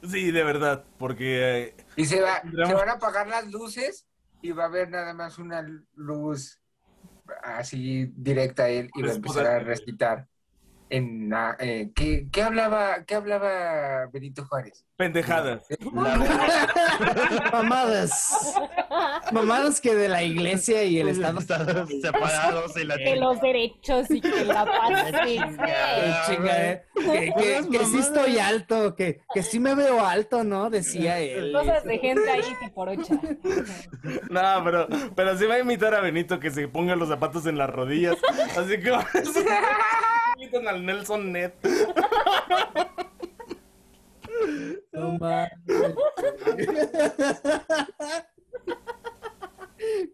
Speaker 2: Sí, de verdad, porque eh,
Speaker 5: Y se, va, se van a apagar las luces y va a haber nada más una luz así directa a él y va a empezar a recitar. en la- eh, ¿qué, qué hablaba, ¿qué hablaba Benito Juárez?
Speaker 2: Pendejadas.
Speaker 4: Mamadas. Mamadas que de la iglesia y el Estado.
Speaker 3: Están separados y la
Speaker 1: Que los derechos y que la paz existe.
Speaker 4: Qué chinga, eh. Que, que- que sí estoy alto, que, que sí me veo alto, ¿no? Decía él.
Speaker 1: Cosas de gente ahí tiporocha.
Speaker 2: No, pero, pero sí va a imitar a Benito que se ponga los zapatos en las rodillas. Así que por eso imitan al Nelson Net.
Speaker 4: No mames.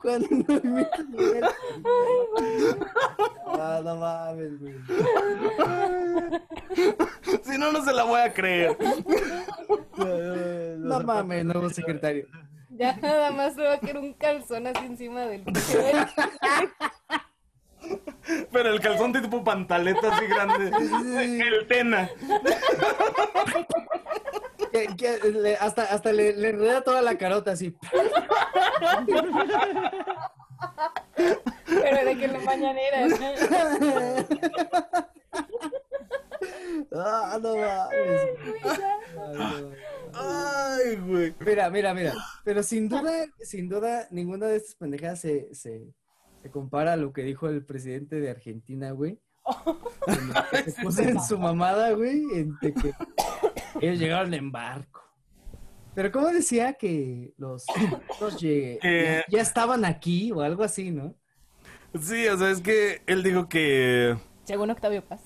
Speaker 4: Cuando me- Ah, no mames, güey.
Speaker 2: Si no, no se la voy a creer.
Speaker 4: No mames, nuevo secretario.
Speaker 1: Ya nada más le va a quedar un calzón así encima del
Speaker 2: Pero el calzón de tipo pantaleta así grande. El Tena.
Speaker 4: Que- que le- hasta hasta le, le enreda toda la carota así.
Speaker 1: Pero de que la mañanera.
Speaker 4: Ah, no mames. Ay, no.
Speaker 2: Ay, güey.
Speaker 4: Mira, mira, mira. Pero sin duda, sin duda, ninguna de estas pendejadas se, se, se compara a lo que dijo el presidente de Argentina, güey. En lo que Se puso en su mamada, güey, en de que ellos llegaron en barco. Pero ¿cómo decía que los, los llegue-
Speaker 2: Que-
Speaker 4: ya estaban aquí o algo así, no?
Speaker 2: Sí, o sea, es que él dijo que.
Speaker 1: Según Octavio Paz.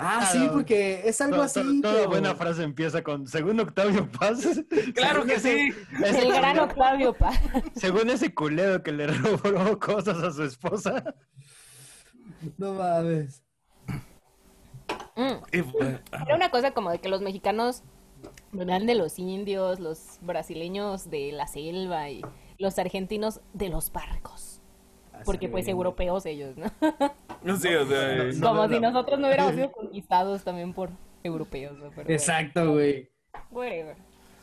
Speaker 4: Ah, sí, porque es algo así.
Speaker 3: Toda
Speaker 4: pero-
Speaker 3: buena frase empieza con según Octavio Paz.
Speaker 2: ¡Claro que sí!
Speaker 3: Ese
Speaker 1: El gran
Speaker 3: culero-
Speaker 1: Octavio Paz.
Speaker 3: según ese culero que le robó cosas a su esposa.
Speaker 4: No mames.
Speaker 1: Mm.
Speaker 2: Y fue-
Speaker 1: Era una cosa como de que los mexicanos venían de los indios, los brasileños de la selva y los argentinos de los barcos.
Speaker 4: Ah,
Speaker 1: Porque pues europeos ellos, ¿no?
Speaker 2: Sí, o sea. eh,
Speaker 3: No,
Speaker 1: Como
Speaker 3: no,
Speaker 1: si
Speaker 3: no.
Speaker 1: nosotros no hubiéramos sido conquistados también por europeos, ¿no? Pero bueno,
Speaker 4: Exacto, güey.
Speaker 1: whatever.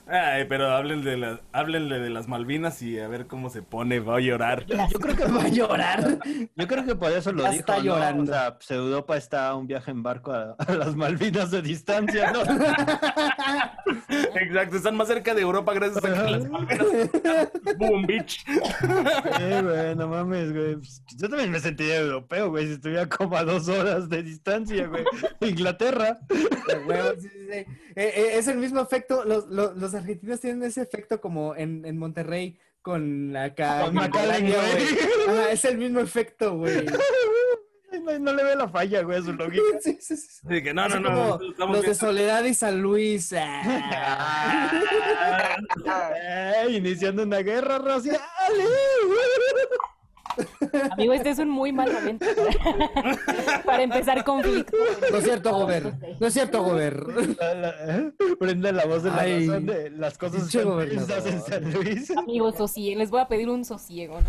Speaker 2: Ay, pero háblenle de, la- háblenle de las Malvinas y a ver cómo se pone. Va a llorar.
Speaker 3: Yo creo que
Speaker 4: Va a llorar.
Speaker 3: Yo creo que por eso lo
Speaker 4: Ya
Speaker 3: dijo.
Speaker 4: está
Speaker 3: ¿no?
Speaker 4: llorando.
Speaker 3: O sea, pues, Europa está a un viaje en barco a, a las Malvinas de distancia, ¿no?
Speaker 2: Exacto, están más cerca de Europa gracias a que las Malvinas. Boom, bitch.
Speaker 3: Eh, güey, no mames, güey. Pues, Yo también me sentiría europeo, güey, si estuviera como a dos horas de distancia, güey. Inglaterra.
Speaker 4: De huevo, sí, sí, sí. Eh, eh, es el mismo efecto. Los, los, los argentinos tienen ese efecto como en, en Monterrey con la ca-
Speaker 3: Con Macalan,
Speaker 4: Miscelánea,
Speaker 3: güey.
Speaker 4: güey. Ajá, es el mismo efecto, güey.
Speaker 3: No, no le ve la falla, güey, a su lógica.
Speaker 4: Sí, sí, sí.
Speaker 2: Así que no, no,
Speaker 4: Es
Speaker 2: no.
Speaker 4: como
Speaker 2: nosotros estamos
Speaker 4: los de
Speaker 2: bien.
Speaker 4: Soledad y San Luis. ah.
Speaker 5: Ah,
Speaker 3: Eh, iniciando una guerra racial. eh,
Speaker 1: Amigo, este es un muy mal momento para, para empezar conflicto.
Speaker 4: No es cierto, Gober. No es cierto, Gober.
Speaker 3: La- la- eh, Prende la voz de la
Speaker 4: Ay,
Speaker 3: razón de las cosas
Speaker 4: pinche
Speaker 3: están tensas en
Speaker 4: gobernador.
Speaker 3: San Luis.
Speaker 1: Amigos, sosiego. Les voy a pedir un sosiego, ¿no?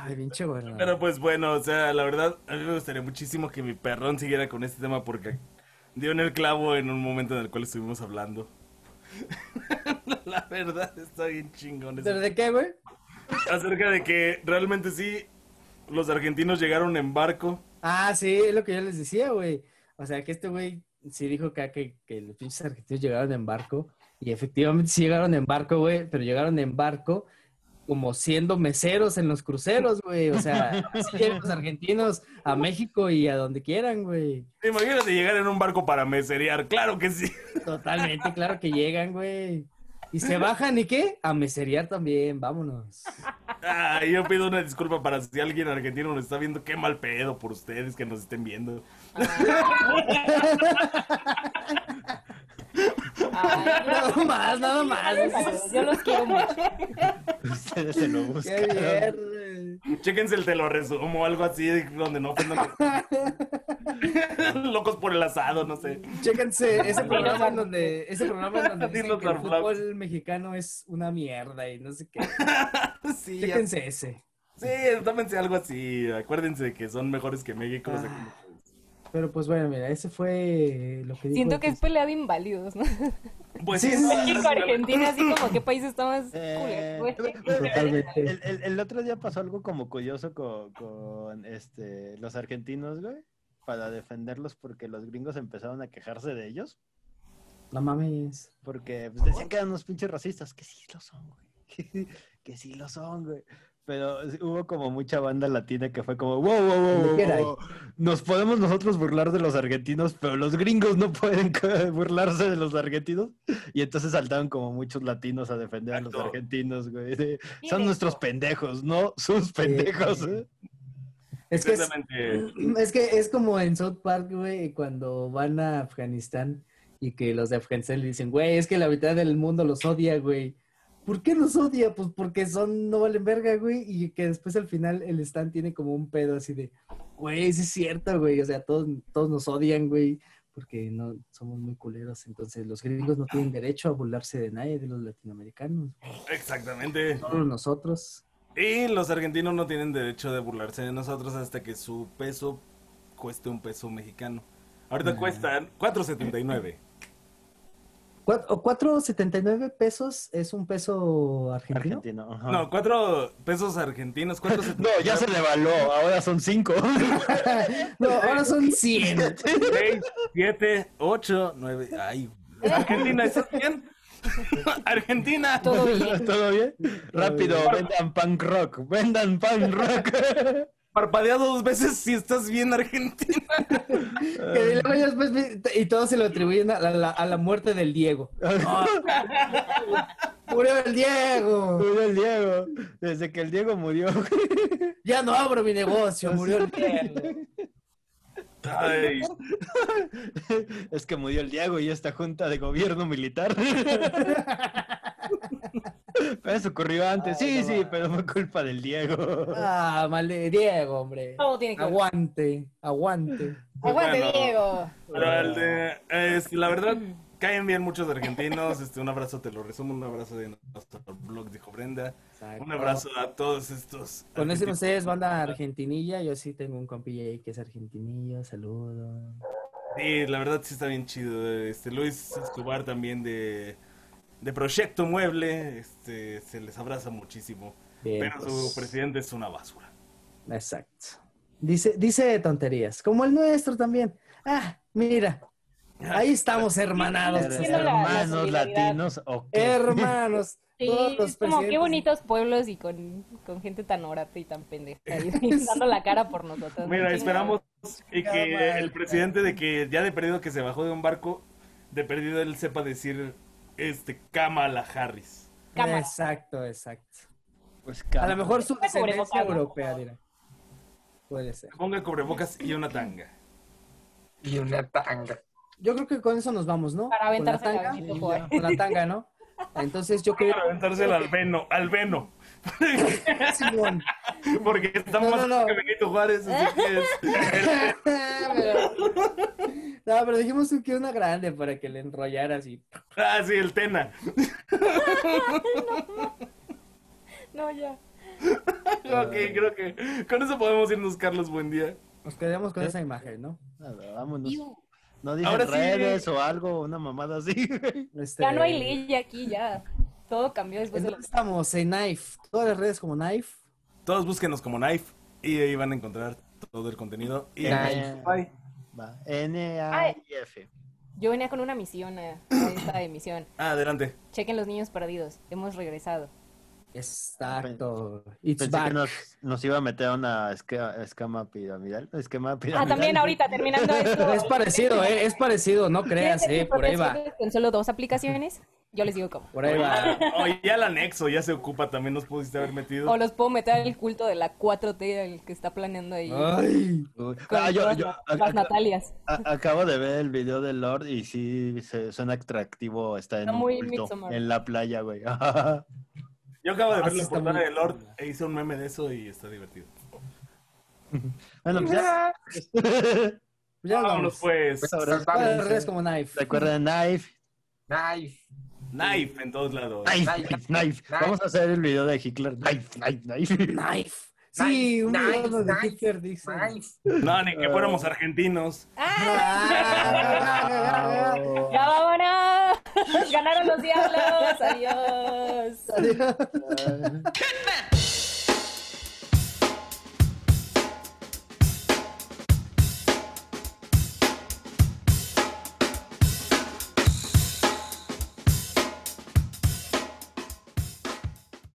Speaker 4: Ay, pinche
Speaker 2: Pero
Speaker 4: gobernador.
Speaker 2: pues bueno, o sea, la verdad, a mí me gustaría muchísimo que mi perrón siguiera con este tema porque dio en el clavo en un momento en el cual estuvimos hablando. la verdad, está bien chingón. eso.
Speaker 4: ¿Pero de qué, güey?
Speaker 2: Acerca de que realmente sí, los argentinos llegaron en barco.
Speaker 4: Ah, sí, es lo que yo les decía, güey. O sea, que este güey sí dijo acá que, que los pinches argentinos llegaron en barco. Y efectivamente sí llegaron en barco, güey, pero llegaron en barco como siendo meseros en los cruceros, güey. O sea, así llegan los argentinos a México y a donde quieran, güey.
Speaker 2: Imagínate llegar en un barco para meserear, claro que sí.
Speaker 4: Totalmente, claro que llegan, güey. Y se bajan, ¿y qué? A meserear también, vámonos.
Speaker 2: Ah, yo pido una disculpa para si alguien argentino nos está viendo, qué mal pedo por ustedes que nos estén viendo.
Speaker 1: Ay,
Speaker 4: Nada más, nada más.
Speaker 1: Yo los quiero mucho.
Speaker 3: Ustedes se lo
Speaker 4: Qué
Speaker 3: buscan.
Speaker 4: bien.
Speaker 2: Chéquense el te lo resumo, algo así, donde no ofendan. Locos por el asado, no sé.
Speaker 4: Chéquense ese
Speaker 1: Dinos
Speaker 4: programa en
Speaker 1: Barflux.
Speaker 4: donde, ese programa en donde dicen
Speaker 2: Dinos
Speaker 4: que el
Speaker 2: Barflux.
Speaker 4: fútbol mexicano es una mierda y no sé qué.
Speaker 2: Sí, ya-
Speaker 4: Chéquense ese.
Speaker 2: sí, tómense algo así. Acuérdense de que son mejores que México. o sea,
Speaker 4: Ah. Pero pues bueno, mira, ese fue lo que dijo
Speaker 1: Siento
Speaker 4: el
Speaker 1: que es pelea de inválidos, ¿no?
Speaker 2: como- Pues
Speaker 4: Sí,
Speaker 2: sí,
Speaker 4: sí, sí.
Speaker 1: México, Argentina, así como qué país está más
Speaker 3: Eh,
Speaker 1: culero, Pues, güey?
Speaker 4: Totalmente.
Speaker 3: el, el- el otro día pasó algo como curioso con, con, este, los argentinos, güey. para defenderlos porque los gringos empezaron a quejarse de ellos.
Speaker 4: No mames.
Speaker 3: Porque pues, decían que eran unos pinches racistas, que sí lo son, güey. Que, que sí lo son, güey. Pero hubo como mucha banda latina que fue como, wow, wow, wow, wow,
Speaker 4: ¿Qué era?
Speaker 3: wow. nos podemos nosotros burlar de los argentinos, pero los gringos no pueden burlarse de los argentinos. Y entonces saltaron como muchos latinos a defender a los
Speaker 2: Exacto.
Speaker 3: argentinos, güey. De,
Speaker 1: Miren.
Speaker 3: Son nuestros pendejos, no sus pendejos. ¿eh?".
Speaker 4: Es que es,
Speaker 2: Exactamente.
Speaker 4: es que es como en South Park, güey, cuando van a Afganistán y que los de Afganistán le dicen, güey, es que la mitad del mundo los odia, güey. ¿Por qué los odia? Pues porque son, no valen verga, güey, y que después al final el Stan tiene como un pedo así de, güey, sí es cierto, güey, o sea, todos, todos nos odian, güey, porque no somos muy culeros, entonces los gringos no tienen derecho a burlarse de nadie, de los latinoamericanos,
Speaker 2: Exactamente.
Speaker 4: solo nosotros.
Speaker 2: Y los argentinos no tienen derecho de burlarse de nosotros hasta que su peso cueste un peso mexicano. Ahorita
Speaker 4: Ajá.
Speaker 2: cuestan 4.79.
Speaker 4: Cuat- o 4.79 pesos es un peso argentino.
Speaker 3: Argentino. ajá.
Speaker 2: No, 4 pesos argentinos. 4.79.
Speaker 3: No, ya se devaluó, ahora son cinco.
Speaker 4: No, ahora son 100.
Speaker 2: 6, 7, 8, 9. Ay, Argentina, ¿estás bien? Argentina.
Speaker 1: Todo bien.
Speaker 3: ¿Todo bien? Rápido, vendan punk rock, vendan punk rock.
Speaker 2: Parpadea dos veces si estás bien, Argentina.
Speaker 4: Que luego ya después me- y todos se lo atribuyen a la, la- a la muerte del Diego.
Speaker 2: Ah.
Speaker 4: ¡Murió el Diego!
Speaker 3: Murió el Diego. Desde que el Diego murió.
Speaker 4: ¡Ya no abro mi
Speaker 2: Ah,
Speaker 4: negocio! ¡Murió el Diego!
Speaker 2: Ay,
Speaker 3: Es que murió el Diego y esta junta de gobierno militar. Pero eso ocurrió antes.
Speaker 4: Ay,
Speaker 3: Sí,
Speaker 4: no
Speaker 3: sí,
Speaker 4: va.
Speaker 3: pero fue culpa del Diego.
Speaker 4: ¡Ah, male Diego, hombre!
Speaker 1: Todo tiene que ver.
Speaker 4: Aguante, aguante.
Speaker 1: Aguante,
Speaker 2: Bueno.
Speaker 1: Diego.
Speaker 2: pero el de- este, la verdad, caen bien muchos argentinos. Este, un abrazo, te lo resumo. Un abrazo de nuestro blog, dijo Brenda. Un abrazo a todos estos.
Speaker 4: ¿Conocen
Speaker 2: argentinos.
Speaker 4: ustedes banda argentinilla? Yo sí tengo un compilla ahí que es argentinillo. Saludos.
Speaker 2: Sí, la verdad sí está bien chido. Este Luis Escobar también de, de Proyecto Mueble, este, se les abraza muchísimo.
Speaker 4: Bien,
Speaker 2: Pero su
Speaker 4: pues.
Speaker 2: presidente es una basura.
Speaker 4: Exacto. Dice, dice tonterías, como el nuestro también. Ah, mira, ahí estamos hermanados.
Speaker 1: Estoy
Speaker 3: Pero
Speaker 1: haciendo la- la
Speaker 3: Hermanos
Speaker 1: solidaridad.
Speaker 3: latinos o qué?
Speaker 4: Hermanos.
Speaker 1: Sí,
Speaker 4: todos los
Speaker 1: es como qué
Speaker 4: presidentes.
Speaker 1: bonitos pueblos y con, con gente tan orata y tan pendeja. Y dando la cara por nosotros.
Speaker 2: Mira, esperamos y que
Speaker 4: Chingada
Speaker 2: el presidente de que ya de perdido que se bajó de un barco, de perdido él sepa decir este Kamala Harris.
Speaker 1: Cámara.
Speaker 4: Exacto, exacto.
Speaker 3: Pues,
Speaker 4: A
Speaker 3: cámara.
Speaker 4: lo mejor su
Speaker 1: Ponga
Speaker 4: descendencia
Speaker 1: cubrebocas, ¿no?
Speaker 4: europea dirá. Puede ser.
Speaker 2: Que Ponga cobrebocas y una tanga.
Speaker 5: Y una tanga.
Speaker 4: Yo creo que con eso nos vamos, ¿no?
Speaker 1: Para
Speaker 4: con la
Speaker 1: aventarse el
Speaker 4: tanga,
Speaker 1: gabinete, por-
Speaker 4: con la tanga, ¿no? Entonces yo creo
Speaker 2: Para aventársela al veno, al veno.
Speaker 4: Simón.
Speaker 2: Porque estamos
Speaker 4: No, no,
Speaker 2: más
Speaker 4: no.
Speaker 2: cerca que Benito Juárez, así que es-
Speaker 4: Pero- No, pero dijimos que una grande para que le enrollaras y
Speaker 2: Ah, sí, el Tena.
Speaker 1: No, ya.
Speaker 2: Ok, creo que con eso podemos irnos, Carlos. Buen día.
Speaker 4: nos quedamos con esa imagen, ¿no?
Speaker 3: A ver, vámonos. No dicen
Speaker 2: Ahora sí.
Speaker 3: redes o algo, una mamada así.
Speaker 4: Este,
Speaker 1: Ya no hay ley aquí, ya. Todo cambió después de
Speaker 4: ¿en
Speaker 1: los...
Speaker 4: dónde estamos en Knife. Todas las redes como Knife.
Speaker 2: Todos búsquenos como Knife y ahí van a encontrar todo el contenido. Y
Speaker 5: Knife.
Speaker 2: Bye.
Speaker 3: Va, N-A-I-F.
Speaker 1: Yo venía con una misión a, a esta emisión.
Speaker 2: Ah, adelante.
Speaker 1: Chequen los niños perdidos. Hemos regresado.
Speaker 4: Exacto. It's
Speaker 3: Pensé
Speaker 4: back.
Speaker 3: que nos, nos iba a meter una esque- escama piramidal. Esquema
Speaker 1: Ah,
Speaker 3: piramidal.
Speaker 1: también ahorita terminando esto.
Speaker 4: Es parecido, ¿eh? Es parecido, no creas,
Speaker 1: ¿Quieren
Speaker 4: ¿eh?
Speaker 1: hacer
Speaker 4: Por ahí va.
Speaker 1: propios Con solo dos aplicaciones, yo les digo cómo.
Speaker 4: Por ahí va.
Speaker 2: Oye, ya el anexo ya se ocupa. También nos pudiste haber metido.
Speaker 1: O los puedo meter al culto de la 4T, el que está planeando ahí.
Speaker 4: Ay. pues
Speaker 3: Uy,
Speaker 1: Con
Speaker 3: ah, yo,
Speaker 1: todas
Speaker 3: yo
Speaker 1: las-
Speaker 3: ac-
Speaker 1: las
Speaker 3: ac-
Speaker 1: Natalias.
Speaker 3: a- acabo de ver el video de Lord y sí se, suena atractivo. Está en,
Speaker 1: Está
Speaker 3: un
Speaker 1: muy
Speaker 3: culto,
Speaker 1: Midsommar.
Speaker 3: en la playa, güey. Ajá.
Speaker 2: Yo acabo de
Speaker 4: Ah,
Speaker 2: ver
Speaker 4: sí
Speaker 2: la
Speaker 4: está
Speaker 2: portada
Speaker 4: muy-
Speaker 2: de Lord e hice un meme de eso y está divertido.
Speaker 3: bueno, pues
Speaker 5: Ah,
Speaker 3: ya. Pues
Speaker 4: Ya nos
Speaker 2: Vámonos,
Speaker 4: vamos.
Speaker 2: pues.
Speaker 3: ahora sí.
Speaker 4: Todas las
Speaker 5: Vamos.
Speaker 4: redes como Knife.
Speaker 3: eh, Recuerden Knife,
Speaker 5: Knife.
Speaker 2: Knife en todos lados.
Speaker 3: knife,
Speaker 5: Knife,
Speaker 3: knife, knife. Vamos a hacer el video de Hitler. Knife, knife, knife.
Speaker 4: Knife. Sí, un
Speaker 5: Knife,
Speaker 4: video de
Speaker 5: knife,
Speaker 4: Hitler dice.
Speaker 5: Knife.
Speaker 2: No, ni que fuéramos argentinos.
Speaker 3: Ah,
Speaker 4: Ah,
Speaker 3: oh.
Speaker 1: ¡Ya vámonos! ¡Ganaron los diablos! ¡Adiós!
Speaker 4: Adiós.
Speaker 3: Ah.